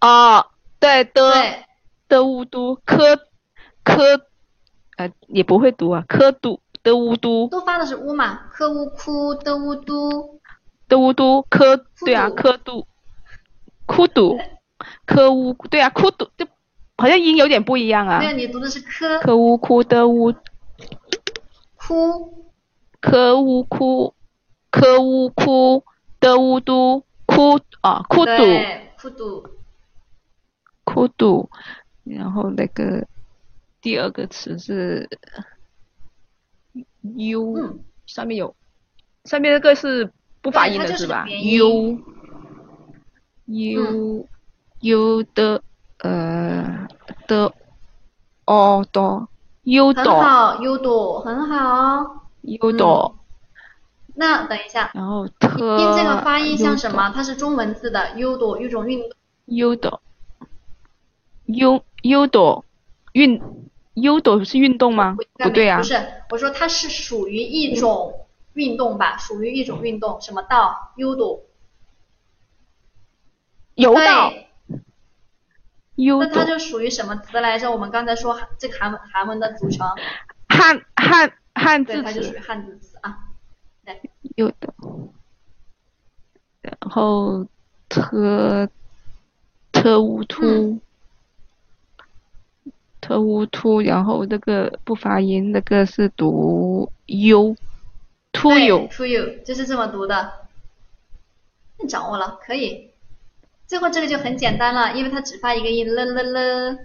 S4: 哦对的
S1: 对，
S4: 的乌都科科呃也不会读啊科都的乌都
S1: 都发的是乌嘛，科乌哭的乌都，
S4: 的乌都科
S1: 库
S4: 对啊，
S1: 堵
S4: 科杜，库堵，科乌对啊，库堵就好像音有点不一样啊
S1: 没。有，你读的是科
S4: 科乌库的乌，
S1: 哭
S4: 科乌库，科乌库的乌都库啊，库堵
S1: 对，哭堵，
S4: 库堵，然后那个第二个词是 u，
S1: 嗯，
S4: 上面有，上面那个是不发
S1: 对
S4: 音
S1: 它
S4: 的
S1: 就是
S4: 是吧
S1: 元音嗯
S4: ？u u u 的呃的哦的 u
S1: 很
S4: 的
S1: 好，优朵，很好。
S4: u 的，
S1: 那等一下，
S4: 然后
S1: 你听这个
S4: 特
S1: 发音像什么？它是中文字的优朵，有一种运动，
S4: u 的 u u 的运 u 的是运动吗？不对啊
S1: 不，是，我说它是属于一种运动吧，属于一种运动，什么道？优朵，
S4: 游道
S1: 对，
S4: u
S1: 那它
S4: 的
S1: 就属于什么词来着？我们刚才说韩这个韩文韩文的组 成，
S4: 汉汉汉
S1: 对，
S4: 字
S1: 它就属
S4: 词
S1: 于汉字词啊。
S4: u 的，然后特特乌突
S1: 嗯，
S4: 特乌突，然后那个不发音，那个是读 u，突
S1: 对
S4: 有
S1: to you 就是这么读的，你掌握了，可以。最后这个就很简单了，因为它只发一个音了了了，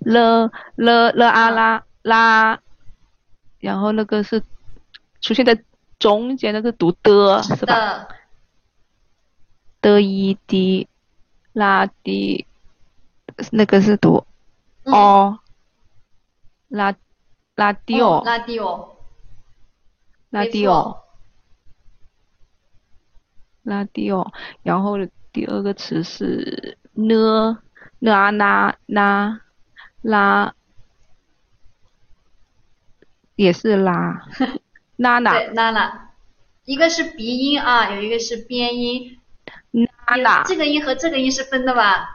S4: 了了了啊啦啦，然后那个是出现在中间那个读的是吧？
S1: 的
S4: 的一滴拉滴，那个是读
S1: 嗯
S4: 哦，拉拉迪
S1: 哦
S4: 奥
S1: 拉蒂哦，
S4: 拉
S1: 没
S4: 迪
S1: 错
S4: 奥拉迪奥，然后第二个词是呢呢啊啦啦拉，也 是拉啊拉拉
S1: 对，娜娜，一个是鼻音啊，有一个是边音，
S4: 拉拉
S1: 这个音和这个音是分的吧？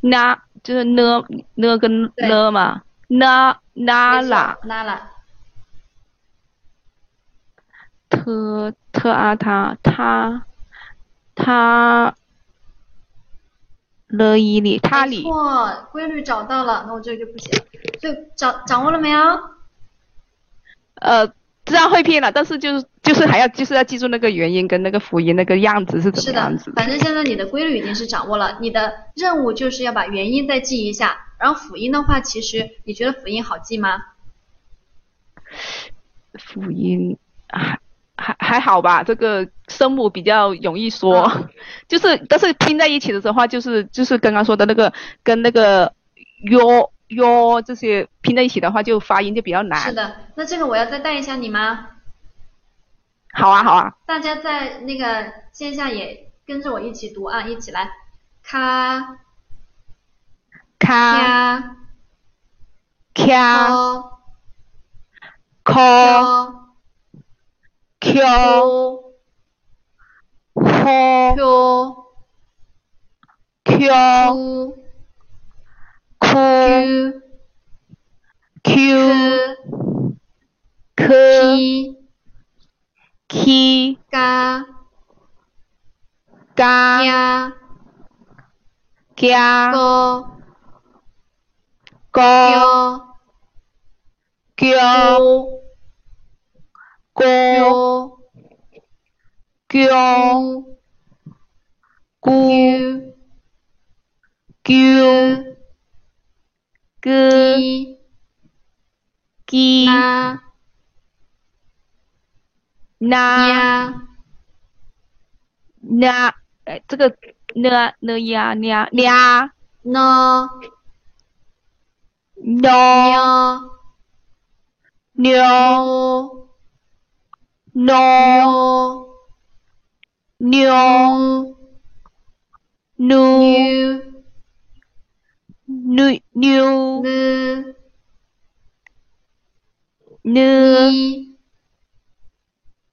S4: 拉，啊就是呢呢跟
S1: 对
S4: 了嘛，啊拉拉拉。
S1: 娜娜，
S4: 特特阿啊他他他了伊里他
S1: 没
S4: 里
S1: 错，规律找到了，那我这个就不写了。所以掌掌握了没有？
S4: 呃，知道会拼了，但是就是就是还要就是要记住那个元音跟那个辅音那个样子是怎
S1: 是
S4: 么样
S1: 的
S4: 子，的。
S1: 反正现在你的规律已经是掌握了，你的任务就是要把元音再记一下，然后辅音的话，其实你觉得辅音好记吗？
S4: 辅音还还还好吧，这个声母比较容易说，
S1: 嗯
S4: 就是但是拼在一起的时候话，就是就是刚刚说的那个跟那个哟哟这些拼在一起的话，就发音就比较
S1: 是
S4: 难。
S1: 的，那这个我要再带一下你吗？
S4: 好啊好啊，
S1: 大家在那个线下也跟着我一起读啊，一起来，
S4: 啊
S1: 咔
S4: 咔
S1: 呀
S4: 咔。
S1: 哦
S4: call
S1: 哟
S4: cure call
S1: q
S4: cure
S1: q
S4: cool
S1: q k
S4: q c
S1: p
S4: k
S1: ga
S4: ga
S1: ya
S4: ga
S1: go
S4: go
S1: yo
S4: go
S1: q
S4: go
S1: q
S4: go
S1: u
S4: gu
S1: u
S4: gu gu
S1: i
S4: gi
S1: na
S4: na
S1: ya
S4: na，哎，这个呢呢呀呀呀
S1: no
S4: no
S1: yo
S4: no
S1: o
S4: no
S1: yo
S4: no
S1: u
S4: no
S1: u
S4: new new
S1: l
S4: new
S1: i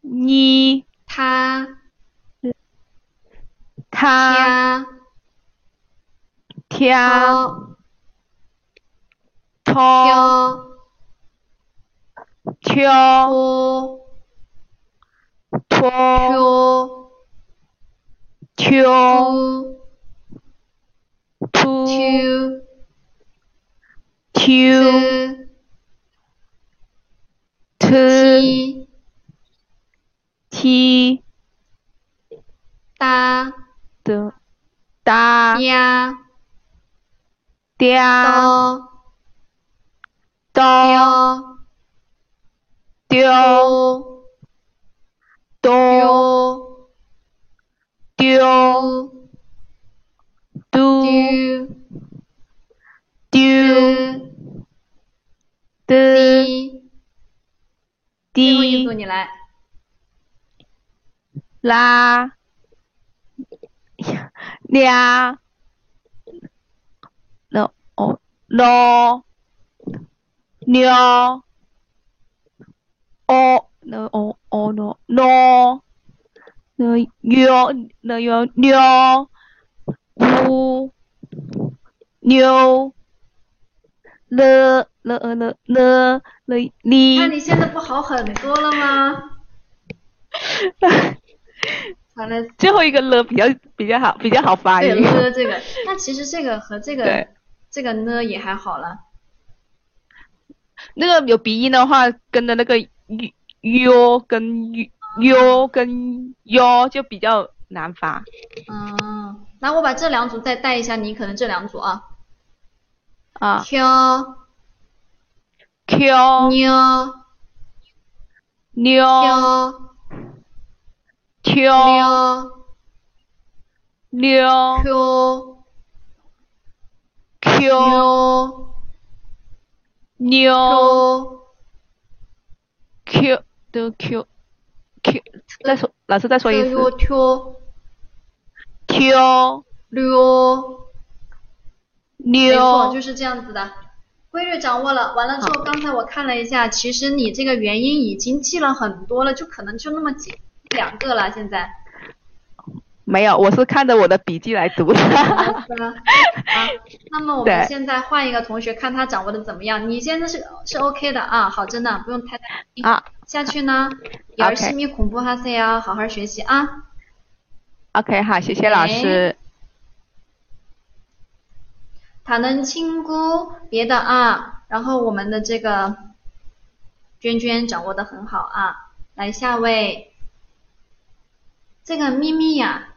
S4: ni
S1: ta
S4: ta
S1: ya
S4: tia
S1: go
S4: to
S1: yo
S4: tio
S1: o q
S4: to tio
S1: u
S4: tu
S1: q q
S4: tu tu
S1: i
S4: ti
S1: da
S4: de da
S1: ya
S4: dia
S1: do
S4: do
S1: yo
S4: dio
S1: o
S4: do
S1: yo
S4: dio
S1: u
S4: du
S1: du du
S4: du de
S1: di 最后一组
S4: di
S1: 你来
S4: la lia no o no nio o no o o no no no yo no yo nio u nio le le le le le
S1: 那
S4: li
S1: 你现在不好很多了吗？完了，
S4: 最后一个了比较比较好比较好发
S1: 对
S4: 音。
S1: 了这 个，那其实这个和这个
S4: 对
S1: 这个呢也还好了。
S4: 那个有鼻音的话，跟着那个 u u 跟 u u 跟 y 就比较南法。
S1: 嗯，来，我把这两组再带一下，你可能这两组啊
S4: 啊
S1: ，q
S4: ，q
S1: n
S4: liu
S1: q
S4: q
S1: liu
S4: liu
S1: q
S4: q
S1: q
S4: liu
S1: q
S4: q 的 q q 再说，老师再说一次
S1: q q
S4: ，q
S1: liu。没错，
S4: liu
S1: 就是这样子的。规律掌握了，完了之后，刚才我看了一下，其实你这个元音已经记了很多了，就可能就那么几两个了。现在，
S4: 没有，我是看着我的笔记来读的。
S1: 嗯啊，那么我们
S4: 对
S1: 现在换一个同学，看他掌握的怎么样。你现在是是 OK 的啊，好，真的不用太担心。
S4: 啊
S1: 下去呢，열심히공부하세요，好好学习啊。
S4: ，OK，好，谢谢老师。
S1: 다른亲姑，别的啊，然后我们的这个娟娟掌握的很好啊。来下位，这个咪咪呀，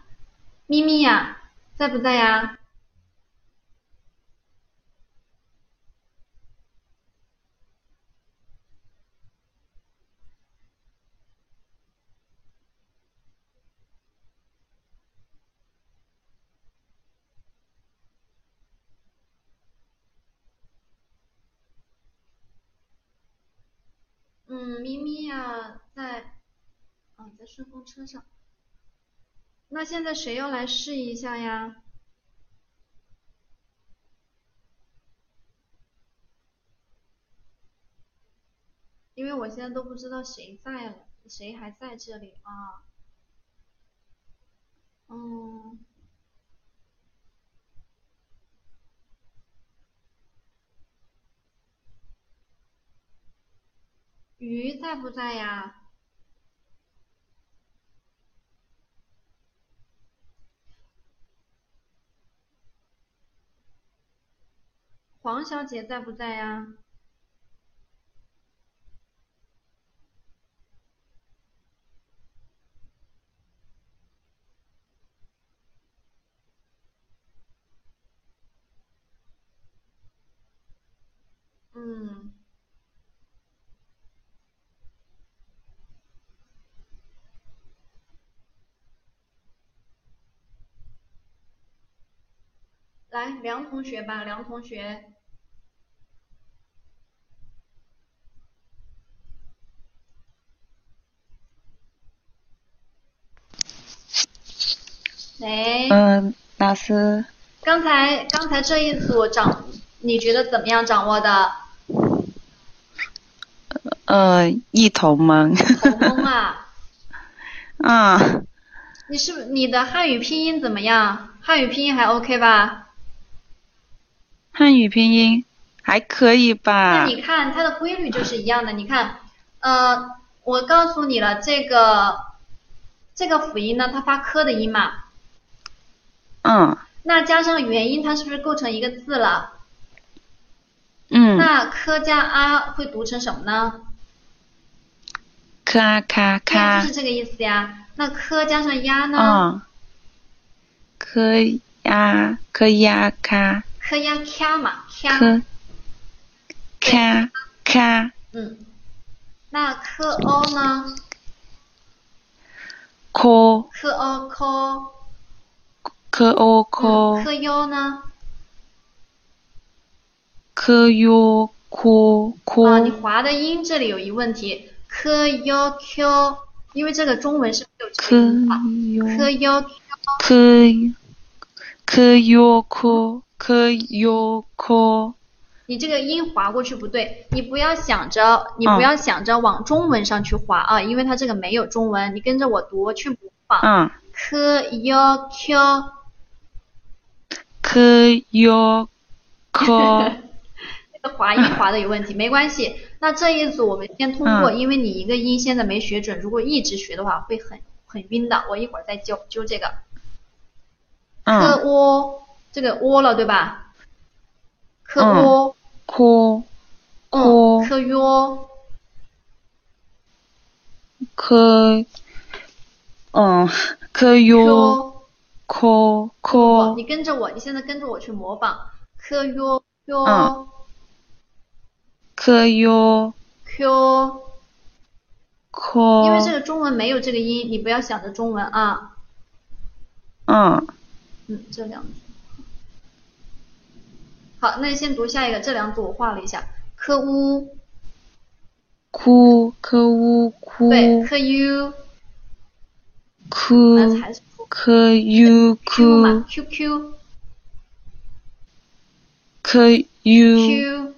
S1: 咪咪呀，在不在啊呀？嗯，咪咪呀，在，啊、在顺风车上。那现在谁要来试一下呀？因为我现在都不知道谁在了，谁还在这里啊？嗯，鱼在不在呀？黄小姐在不在呀？嗯，来，梁同学吧，梁同学，谁？
S5: 嗯，老师，
S1: 哎刚才刚才这一组掌，你觉得怎么样掌握的？
S5: 呃，一头懵
S1: 口风啊，
S5: 啊，
S1: 你是不你的汉语拼音怎么样？汉语拼音还 OK 吧？
S5: 汉语拼音还可以
S1: 那
S5: 吧？
S1: 你看它的规律就是一样的。你看，呃，我告诉你了，这个这个辅音呢，它发 k 的音嘛，
S5: 嗯
S1: 那加上元音，它是不是构成一个字了？
S5: 嗯，
S1: 那 k 加 a 会读成什么呢？
S5: 咔咔
S1: 对呀，
S5: 咔
S1: 就是，这个意思呀。那 k 加上 y 呢
S5: 嗯，可呀可呀咔
S1: ？k 加 k 嘛，k，
S5: 可咔咔
S1: 嗯，那 k o 呢？
S5: 科
S1: k o k
S5: 科哦
S1: 哦嗯
S5: 科
S1: ，k u 呢？
S5: 科哟科
S1: 啊，你
S5: 科
S1: 滑的音这里有一问题，k u q，因为这个中文是没有这个音法
S5: 哟
S1: ，k u q，
S5: 科科哟科科哟科，
S1: 你这个音滑过去不对，你不要想着，你不
S5: 嗯
S1: 要想着往中文上去滑啊，因为它这个没有中文，你跟着我读去模仿
S5: 嗯。
S1: ，k u q，
S5: 科哟科
S1: 这个滑音滑的有问题，没关系。那这一组我们先通过，
S5: 嗯
S1: 因为你一个音现在没学准，如果一直学的话会很很晕的，我一会儿再纠纠这个。
S5: 嗯
S1: 科窝，这个窝了对吧？科
S5: 嗯
S1: 窝，
S5: 科
S1: 嗯，
S5: 窝
S1: 科窝，
S5: 科嗯科 u
S1: q
S5: co
S1: 我
S5: co
S1: 哦你跟着我，你现在跟着我去模仿 q u q
S5: 嗯科 u
S1: q，因为这
S5: co
S1: 个中文没有这个音，你不要想着中文啊。
S5: 嗯
S1: 嗯，这两组。好，那先读下一个，这两组我画了一下。科 u
S5: 哭科 u 哭
S1: 对，科 u，那
S5: 哭
S1: 才是
S5: 科 u
S1: q 嘛
S5: 哭
S1: ，q q
S5: 科 u
S1: q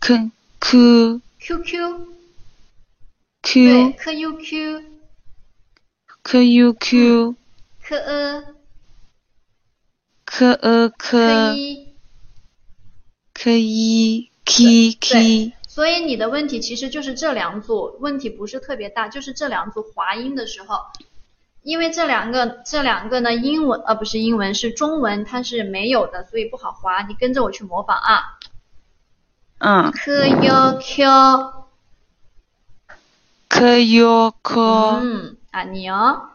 S5: 坑哭
S1: q q，对，
S5: q
S1: 科 u q，
S5: 科 u q
S1: 科 e，
S5: 科 e
S1: 科
S5: 科
S1: i。
S5: 科 i E, k
S1: E
S5: E,
S1: 对
S5: k
S1: 所以你的问题其实就是这两组，问题不是特别大，就是这两组滑音的时候，因为这两个这两个呢，英文呃不是英文是中文，它是没有的，所以不好滑。你跟着我去模仿啊
S5: 嗯
S1: ，k y q，
S5: 科 u 科
S1: 嗯啊你哦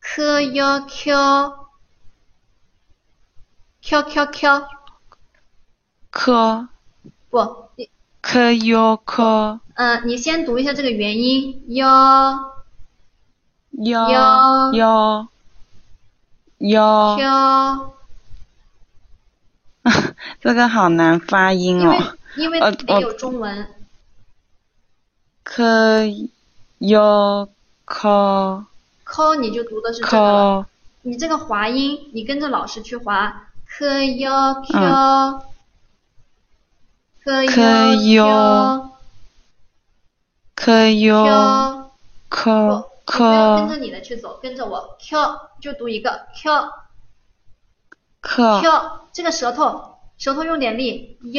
S1: ，k y q，q q q，
S5: 科
S1: 不，你
S5: 科 u 科
S1: 嗯、你先读一下这个元音
S5: 哦
S1: y
S5: y u u
S1: q，
S5: 这个好难发音
S1: 因为
S5: 哦。
S1: 因为
S5: 呃
S1: 没
S5: 我
S1: 有中文。
S5: 科 y 科
S1: call 你就读的是这个了。
S5: 科
S1: 你这个滑音，你跟着老师去滑。k y q
S5: 嗯
S1: k
S5: k
S1: y
S5: yo科 y
S1: q
S5: 科
S1: 不要跟
S5: 科
S1: 着你的去走，跟着我 q 就读一个 q
S5: 科
S1: q 这个舌头舌头用点力 y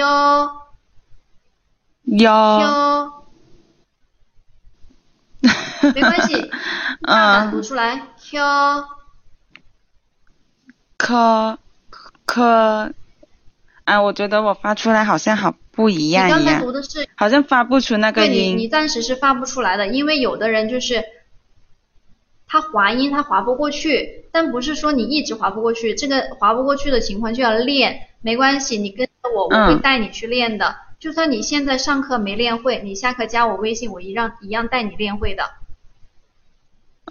S5: y
S1: q 没关 系，大胆读
S5: 嗯
S1: 出来 q
S5: 科科，哎，我觉得我发出来好像好不一
S1: 你
S5: 样
S1: 刚
S5: 一
S1: 才
S5: 样
S1: 读，的是
S5: 好像发不出那个
S1: 对你，你
S5: 音。
S1: 暂时是发不出来的，因为有的人就是他滑音他滑不过去，但不是说你一直滑不过去，这个滑不过去的情况就要练，没关系，你跟着我，我
S5: 嗯
S1: 会带你去练的。就算你现在上课没练会，你下课加我微信，我一样一样带你练会的。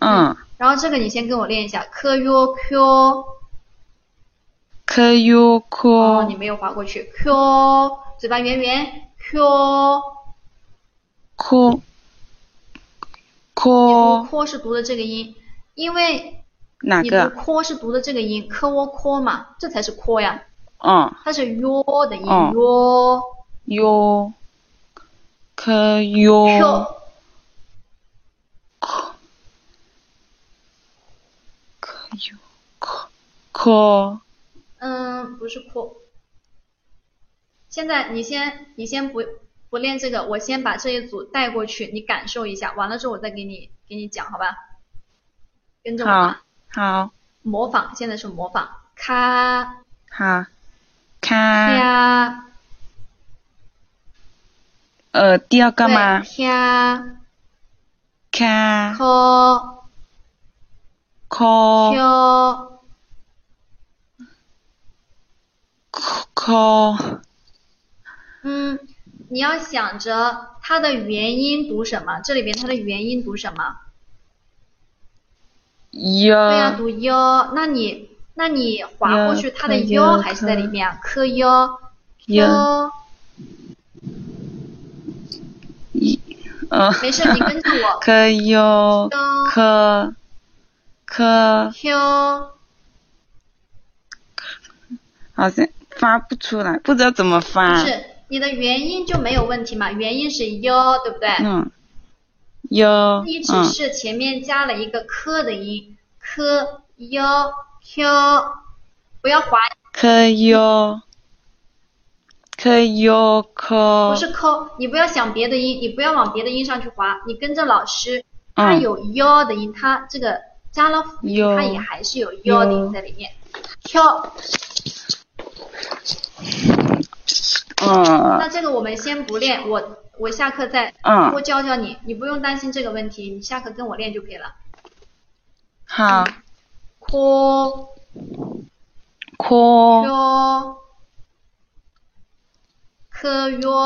S5: 嗯，
S1: 然后这个你先跟我练一下，k u q，
S5: 科 y
S1: 哦，
S5: 科
S1: 你没有滑过去，q，嘴巴圆圆，q，
S5: 科
S1: 你读
S5: 科
S1: q 是读的这个音，因为
S5: 哪
S1: 你读
S5: 个？
S1: “call” 是读的这个音，“k o k” 嘛，这才是 “call” 呀，
S5: 嗯
S1: 它是 “yo” 的音
S5: 哦
S1: ，“yo
S5: ，y 科 y
S1: q”。
S5: 科 y 科科
S1: 嗯，不是 “call”。现在你先，你先不不练这个，我先把这一组带过去，你感受一下。完了之后，我再给你给你讲，好吧？跟着我
S5: 好
S1: 吧，
S5: 好
S1: 模仿，现在是模仿。咔
S5: 好，看
S1: 呀，
S5: 呃第二个
S1: 对
S5: 吗？
S1: 呀
S5: 看
S1: ，call
S5: 科
S1: q
S5: 科
S1: 嗯，你要想着它的元音读什么，这里边它的元音读什么？对呀、
S5: y
S1: 读 y，那你那你划过去，它的
S5: y
S1: y 还是在里面啊？k y
S5: y
S1: q，
S5: 呃
S1: 没事，你跟着 我
S5: 科 y
S1: ，q
S5: 科科
S1: q，
S5: 好像发不出来，不知道怎么
S1: 就
S5: 发。
S1: 是你的元音就没有问题嘛，元音是 y，对不对？
S5: 嗯，y
S1: 你只
S5: 嗯
S1: 是前面加了一个 k 的音，k y q，不要划，
S5: 科 y 科 y
S1: 不
S5: 科
S1: 是 k，你不要想别的音，你不要往别的音上去划，你跟着老师。它
S5: 嗯
S1: 有 y 的音，它这个加了辅音，
S5: 哟
S1: 它也还是有 y 的音在里面。跳，
S5: 嗯啊
S1: 那这个我们先不练，我我下课再多
S5: 嗯，
S1: 教教你，你不用担心这个问题，你下课跟我练就可以了。
S5: 好哦
S1: 坡
S5: ，co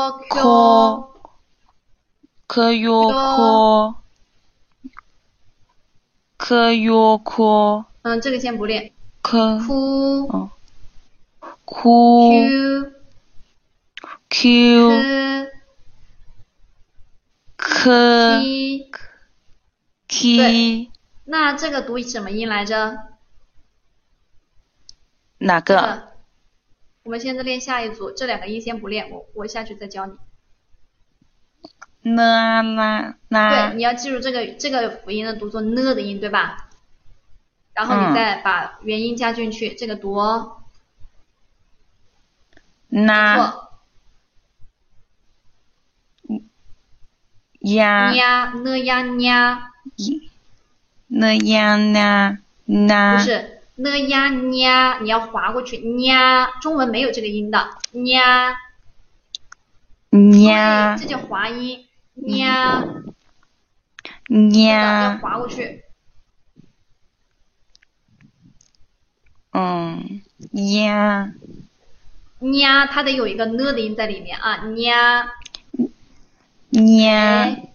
S1: q k y q
S5: 哦 co k
S1: Yo
S5: yo ko k yo ko
S1: 嗯，这个先不练。
S5: k
S1: q
S5: ku
S1: q
S5: q
S1: k
S5: k
S1: i，
S5: ki
S1: 那这个读什么音来着？
S5: 哪
S1: 这
S5: 个？
S1: 个我们现在练下一组，这两个音先不练，我我下去再教你。
S5: 呢啊啦
S1: 对，
S5: 啦
S1: 你要记住这个这个辅音的读作呢的音，对吧？然后你
S5: 嗯
S1: 再把元音加进去，这个读哦。
S5: 啦
S1: 错，
S5: 呀
S1: 呀呢呀呀，
S5: 呢呀啦
S1: 不
S5: 啦
S1: 是呢呀呀，你要划过去呀，中文没有这个音的呀，
S5: 呀
S1: 对这叫滑音呀，对的要
S5: 呀，
S1: 划过去。
S5: 嗯呀
S1: 呀，它得有一个呢的音在里面啊，呀，
S5: 呀
S1: 哎，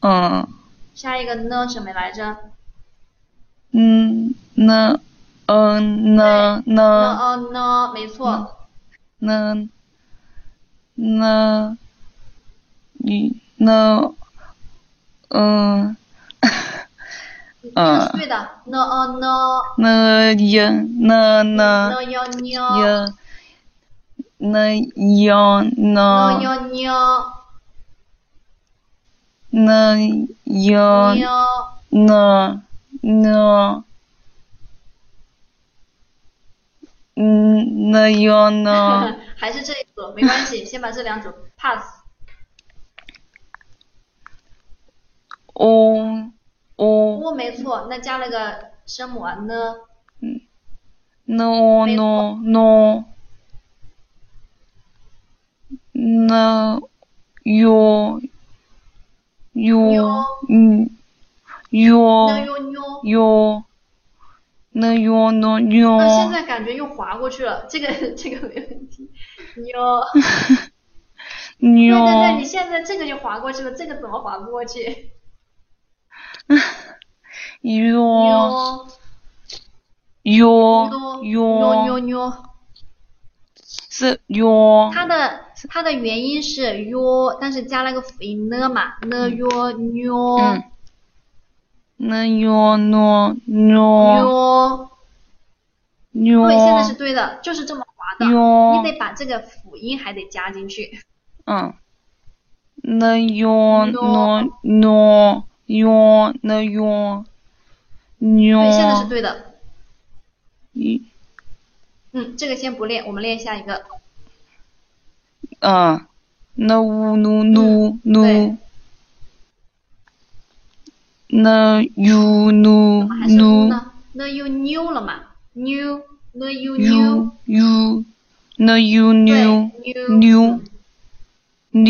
S5: 嗯
S1: 下一个呢什么来着？
S5: 嗯呢嗯呢
S1: 呢
S5: 呢
S1: 哦呢，没错，
S5: 呢呢你呢嗯
S1: 这
S5: 嗯
S1: 是对的，呢哦呢。
S5: 呢呀呢呢
S1: 呢哟呢，
S5: 呀呢呀
S1: 呢
S5: 呢
S1: 哟呢，
S5: 呢呀。
S1: 呢，
S5: 呢呢，嗯，那要呢
S1: 还是这一组，没关系，先把这两组 pass。
S5: 哦哦
S1: 哦，没错，那加了个声母啊呢，
S5: 那哦
S1: 没
S5: 呢呢，那哟哟
S1: 哟
S5: 嗯
S1: 呢
S5: 哟
S1: 哟呢。
S5: 哦哟，那哟呢
S1: 那现
S5: 哟
S1: 在感觉又划过去了，这个这个没问题。哟，对对对，你
S5: 哟
S1: 现在这个就划过去了，这个怎么划不过去？哟哟
S5: 哟哟
S1: 哟哟
S5: 哟，
S1: 哟，
S5: 是哟。
S1: 它的它的元音是哟，但是加了个辅音呢嘛，呢哟哟
S5: 嗯，那哟诺诺
S1: 哟。
S5: 哟，
S1: 对，现在是对的，就是这么滑的。
S5: 哟哦
S1: 你得把这个辅音还得加进去。
S5: 嗯，那哟诺诺哟那哟
S1: 对，现在是
S5: 哟哦
S1: 对的。
S5: 一
S1: 嗯，这个先不练，我们练下一个。
S5: 嗯，那呜努努努，那哟努
S1: 怎么还是呜
S5: 努
S1: 呢？呢又妞了嘛？妞，呢又妞
S5: 哟，哟，那哟
S1: 对
S5: 牛，
S1: 妞，
S5: 牛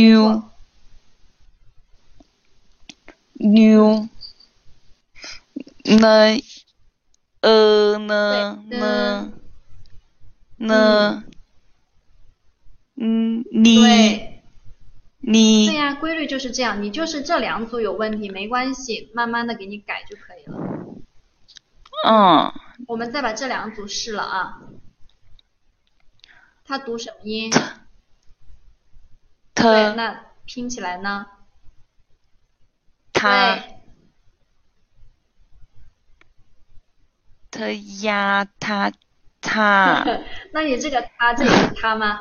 S5: 牛牛，呢呃呢
S1: 对
S5: 呢呢，嗯你
S1: 对，对
S5: 你
S1: 呀、规律就是这样。你就是这两组有问题，没关系，慢慢的给你改就可以了。
S5: 嗯
S1: 我们再把这两组试了啊。它读什么 音？对，
S5: 他
S1: 那拼起来呢？
S5: 他
S1: 对，
S5: 他呀他他
S1: 那你这个它这也是它吗？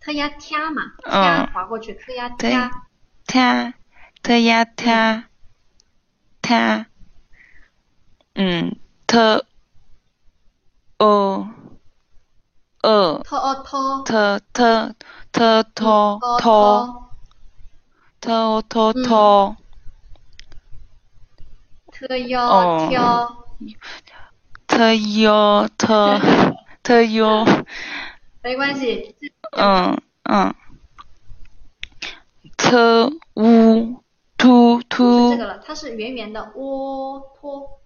S1: 它呀它嘛，它
S5: 嗯
S1: 划过去，它呀
S5: 对
S1: 它，
S5: 他他呀他他，嗯他哦哦。
S1: 它哦它，
S5: 特特特托
S1: 哦
S5: 托
S1: 它，
S5: 特托托
S1: 它
S5: 哦
S1: 呀它，
S5: 特哟特特哟，
S1: 没关系，
S5: 嗯嗯，车乌突
S1: 不是
S5: 突
S1: 这个了，它是圆圆的哦窝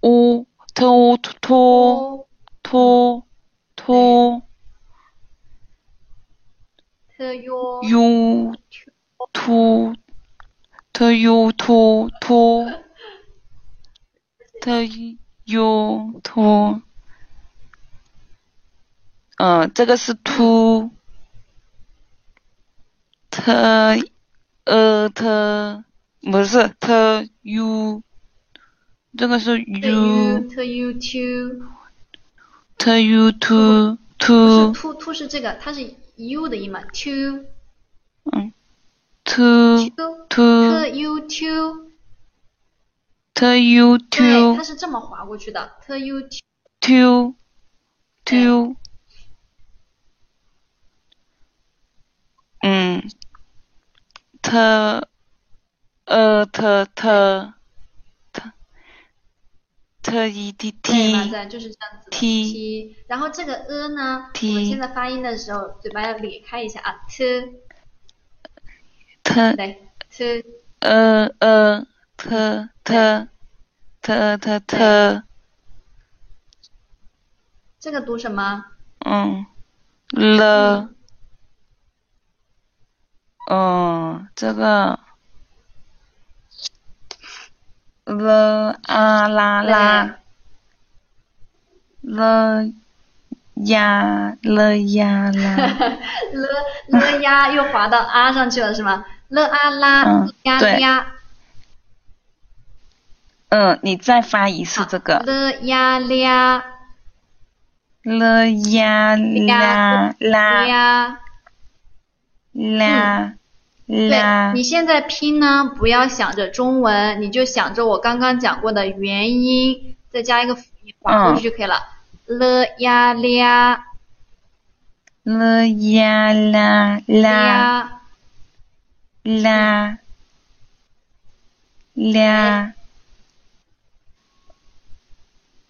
S5: 哦
S1: 托
S5: 乌车乌突突
S1: 窝
S5: 突突
S1: 特哟
S5: 悠突特悠突突特悠突，呃，这个是突特呃特不是特悠，这个是
S1: 特
S5: 悠
S1: u 特 u two，
S5: 特悠
S1: 不
S5: 突
S1: 是
S5: 突
S1: two two 是这个，它是 u 的音嘛，two
S5: 突
S1: two
S5: 突
S1: 特 u two，
S5: 特悠突。
S1: 对，它是这么划过去的，特 u two，
S5: two two，嗯，特呃特特特特一 E t
S1: 对嘛，
S5: t
S1: 在就是这样子的
S5: T
S1: t，然后这个 a 呢，我
S5: T
S1: 们现在发音的时候嘴巴要咧开一下啊，t
S5: 特
S1: 来 t
S5: 呃呃特特特特特，
S1: 这个读什么？
S5: 嗯了，嗯，这个了啊啦啦。
S1: 对
S5: 了呀了呀啦，
S1: 了了呀，又滑到啊上去了是吗？了啊啦
S5: 嗯
S1: 呀
S5: 对
S1: 呀
S5: 嗯，你再发一次这个
S1: 了呀呀
S5: 了呀啦啦
S1: 呀，
S5: 啦啦啊
S1: 对，你现在拼呢，不要想着中文，你就想着我刚刚讲过的元音，再加一个辅音
S5: 嗯
S1: 滑过去就可以了。了呀呀
S5: 了呀啦啦
S1: 呀
S5: 啦啦，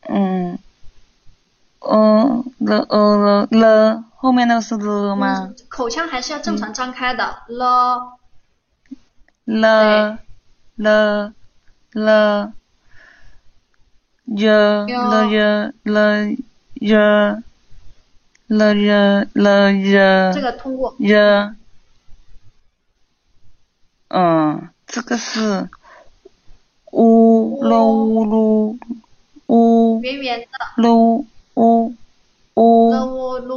S5: 嗯，哦了哦了了，后面那个是了吗？
S1: 嗯
S5: 嗯
S1: 口腔还是要正常张开的。了嗯
S5: 了了了，热了热了热了热了热
S1: 这个通过
S5: 热，嗯，这个是乌噜乌噜乌
S1: 圆圆的
S5: 噜乌
S1: 了
S5: 乌
S1: 喔咯，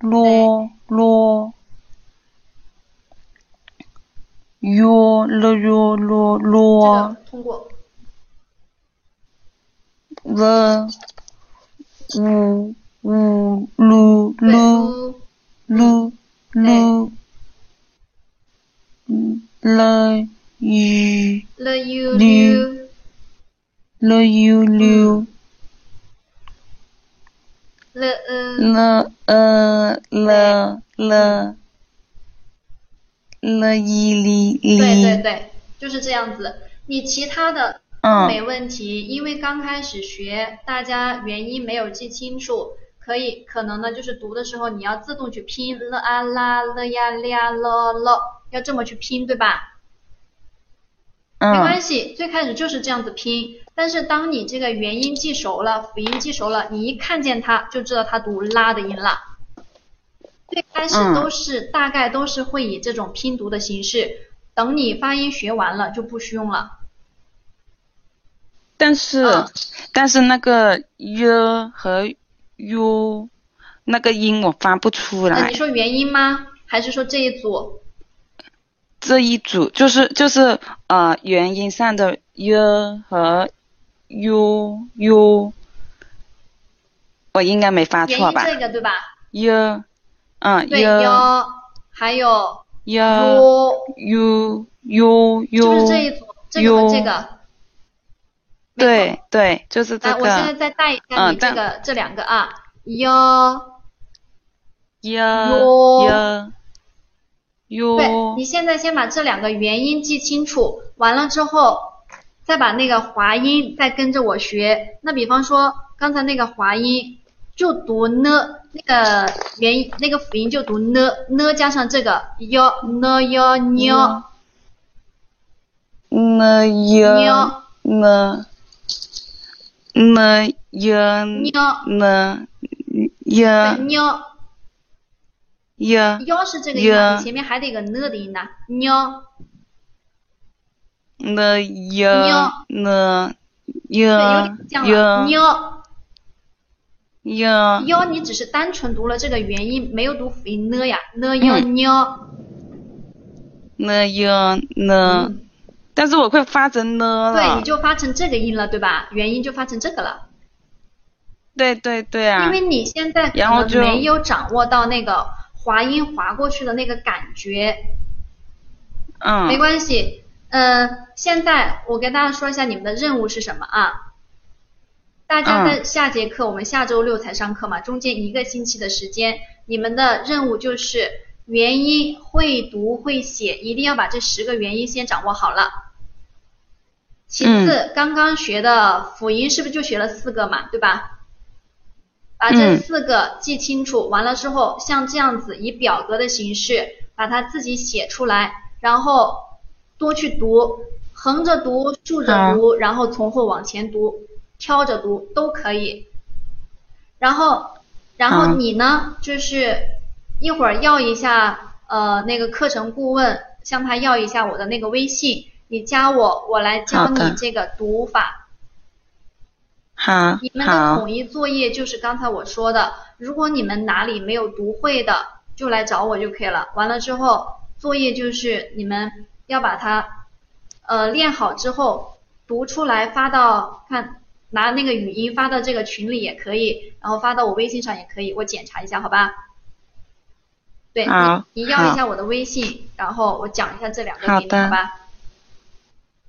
S5: 噜噜。哟了哟咯
S1: 这
S5: 咯
S1: 个，通过。
S5: 了，五五噜
S1: 对，
S5: 噜
S1: 噜
S5: 噜噜，嗯了雨
S1: 了呦
S5: 溜
S1: 溜
S5: 了又溜
S1: 了呃。
S5: 了呃了了了一哩
S1: 对对
S5: 哩，
S1: 对，就是这样子。你其他的都
S5: 嗯
S1: 没问题，因为刚开始学，大家元音没有记清楚，可以可能呢就是读的时候你要自动去拼了啊啦了呀呀了了，要这么去拼，对吧？没
S5: 嗯
S1: 关系，最开始就是这样子拼。但是当你这个元音记熟了，辅音记熟了，你一看见它就知道它读啦的音了。最开始
S5: 嗯
S1: 都是、大概都是会以这种拼读的形式，等你发音学完了就不需用了。
S5: 但是
S1: 嗯
S5: 但是那个哟和哟那个音我发不出
S1: 呃，
S5: 来
S1: 你。说元音吗？还是说这一组？
S5: 这一组就是就是呃元音上的 y 和 u u，我应该没发
S1: 元
S5: 错
S1: 音
S5: 吧
S1: 这个对吧？
S5: ？y 嗯
S1: 对
S5: y
S1: 哟，还有
S5: y
S1: 哟，
S5: u u
S1: 是不是这
S5: u，
S1: 一组？这个和
S5: 哟
S1: 这个？没错
S5: 对对，就是这
S1: 啊，我现在
S5: 个
S1: 再带一下你
S5: 嗯
S1: 这个、这两个啊，哟，
S5: y
S1: 哟
S5: y u
S1: 对，你现在先把这两个元音记清楚，完了之后，再把那个滑音再跟着我学。那比方说刚才那个滑音就读呢那个元音那个辅音就读呢呢加上这个 y 呢 y
S5: 嗯
S1: 呢
S5: 呢
S1: 呢
S5: 呀呢呢呀
S1: 呢
S5: 呢呀
S1: 呢
S5: 呀
S1: ，y 是这个音嘛，
S5: 呀
S1: 你前面还得有个呢的音呐，n
S5: 呢呀呢
S1: 对，有
S5: 呀
S1: 点像了
S5: 呀
S1: ，n
S5: 呀
S1: y 你只是单纯读了这个元音，没有读辅音呢呀呢 y
S5: 嗯
S1: n
S5: 呢呀呢，但是我会发成呢
S1: 嗯对，你
S5: 了，
S1: 就发成这个音了，对吧？元音就发成这个了。
S5: 对对对啊
S1: 因，为你现在可
S5: 然后
S1: 能
S5: 就
S1: 没有掌握到那个滑音滑过去的那个感觉，没
S5: 嗯
S1: 关系。呃，现在我跟大家说一下你们的任务是什么啊？大家在下节课，我们下周六才上课
S5: 嗯
S1: 嘛，中间一个星期的时间，你们的任务就是元音会读会写，一定要把这十个元音先掌握好了。
S5: 嗯
S1: 其次，刚刚学的辅音是不是就学了四个嘛，对吧？把这
S5: 嗯
S1: 四个记清楚，完了之后像这样子以表格的形式把它自己写出来，然后多去读，横着读、竖着读，然后从后往前读、挑着读都可以。然后，然后
S5: 嗯
S1: 你呢，就是一会儿要一下呃那个课程顾问，向他要一下我的那个微信，你加我，我来教
S5: 好的
S1: 你这个读法。
S5: 好
S1: 你们的
S5: 好
S1: 统一作业就是刚才我说的，如果你们哪里没有读会的，就来找我就可以了。完了之后，作业就是你们要把它，呃，练好之后读出来发到看，拿那个语音发到这个群里也可以，然后发到我微信上也可以，我检查一下，好吧？对，你
S5: 好
S1: 你要一
S5: 好
S1: 下我的微信，然后我讲一下这两个
S5: 好
S1: 给你，
S5: 的嗯
S1: 好吧？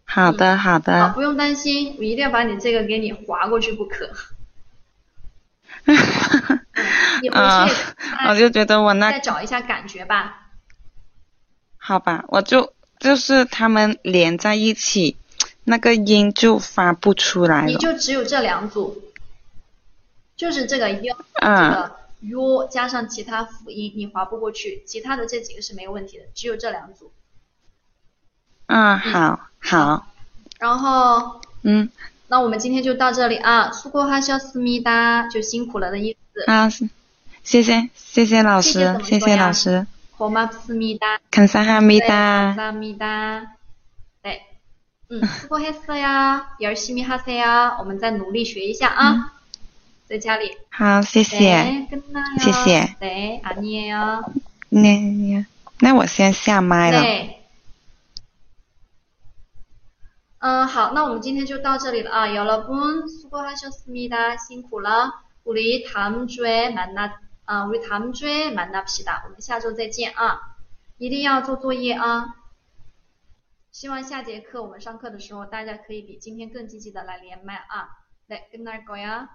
S5: 好的好
S1: 嗯好，
S5: 的，
S1: 不用担心，我一定要把你这个给你划过去不可。 你回
S5: 啊
S1: 去
S5: 我就觉得我那
S1: 再找一下感觉吧。
S5: 好吧，我就就是他们连在一起，那个音就发不出来
S1: 你
S5: 了。
S1: 就只有这两组，就是这个 y 这
S5: 嗯，
S1: 个 u 加上其他辅音，你划不过去，其他的这几个是没有问题的，只有这两组。
S5: 嗯，好，好，
S1: 然后，
S5: 嗯，
S1: 那我们今天就到这里啊，苏过哈肖思密达，就辛苦了的意思。
S5: 啊，谢谢，谢谢老
S1: 谢谢怎
S5: 师
S1: 么，
S5: 谢
S1: 说
S5: 谢
S1: 呀
S5: 老师，
S1: 고맙습니다，
S5: 감사합니
S1: 对，
S5: 다。
S1: 감사합니다，对，嗯，수고했어요，열심히하세요，我们再努力学一下啊，在家里。
S5: 好，嗯谢谢。
S1: 네, 끝나요.
S5: 시시해.
S1: 네, 아니에요.
S5: 那那我先下麦了。
S1: 네. 嗯，好，那我们今天就到这里了啊，여러분수고하셨습니다，辛苦了。우리다음주에만나，啊，우리다음주에만납시다，我们下周再见啊，一定要做作业啊。希望下节课我们上课的时候，大家可以比今天更积极的来连麦啊。네끝날거야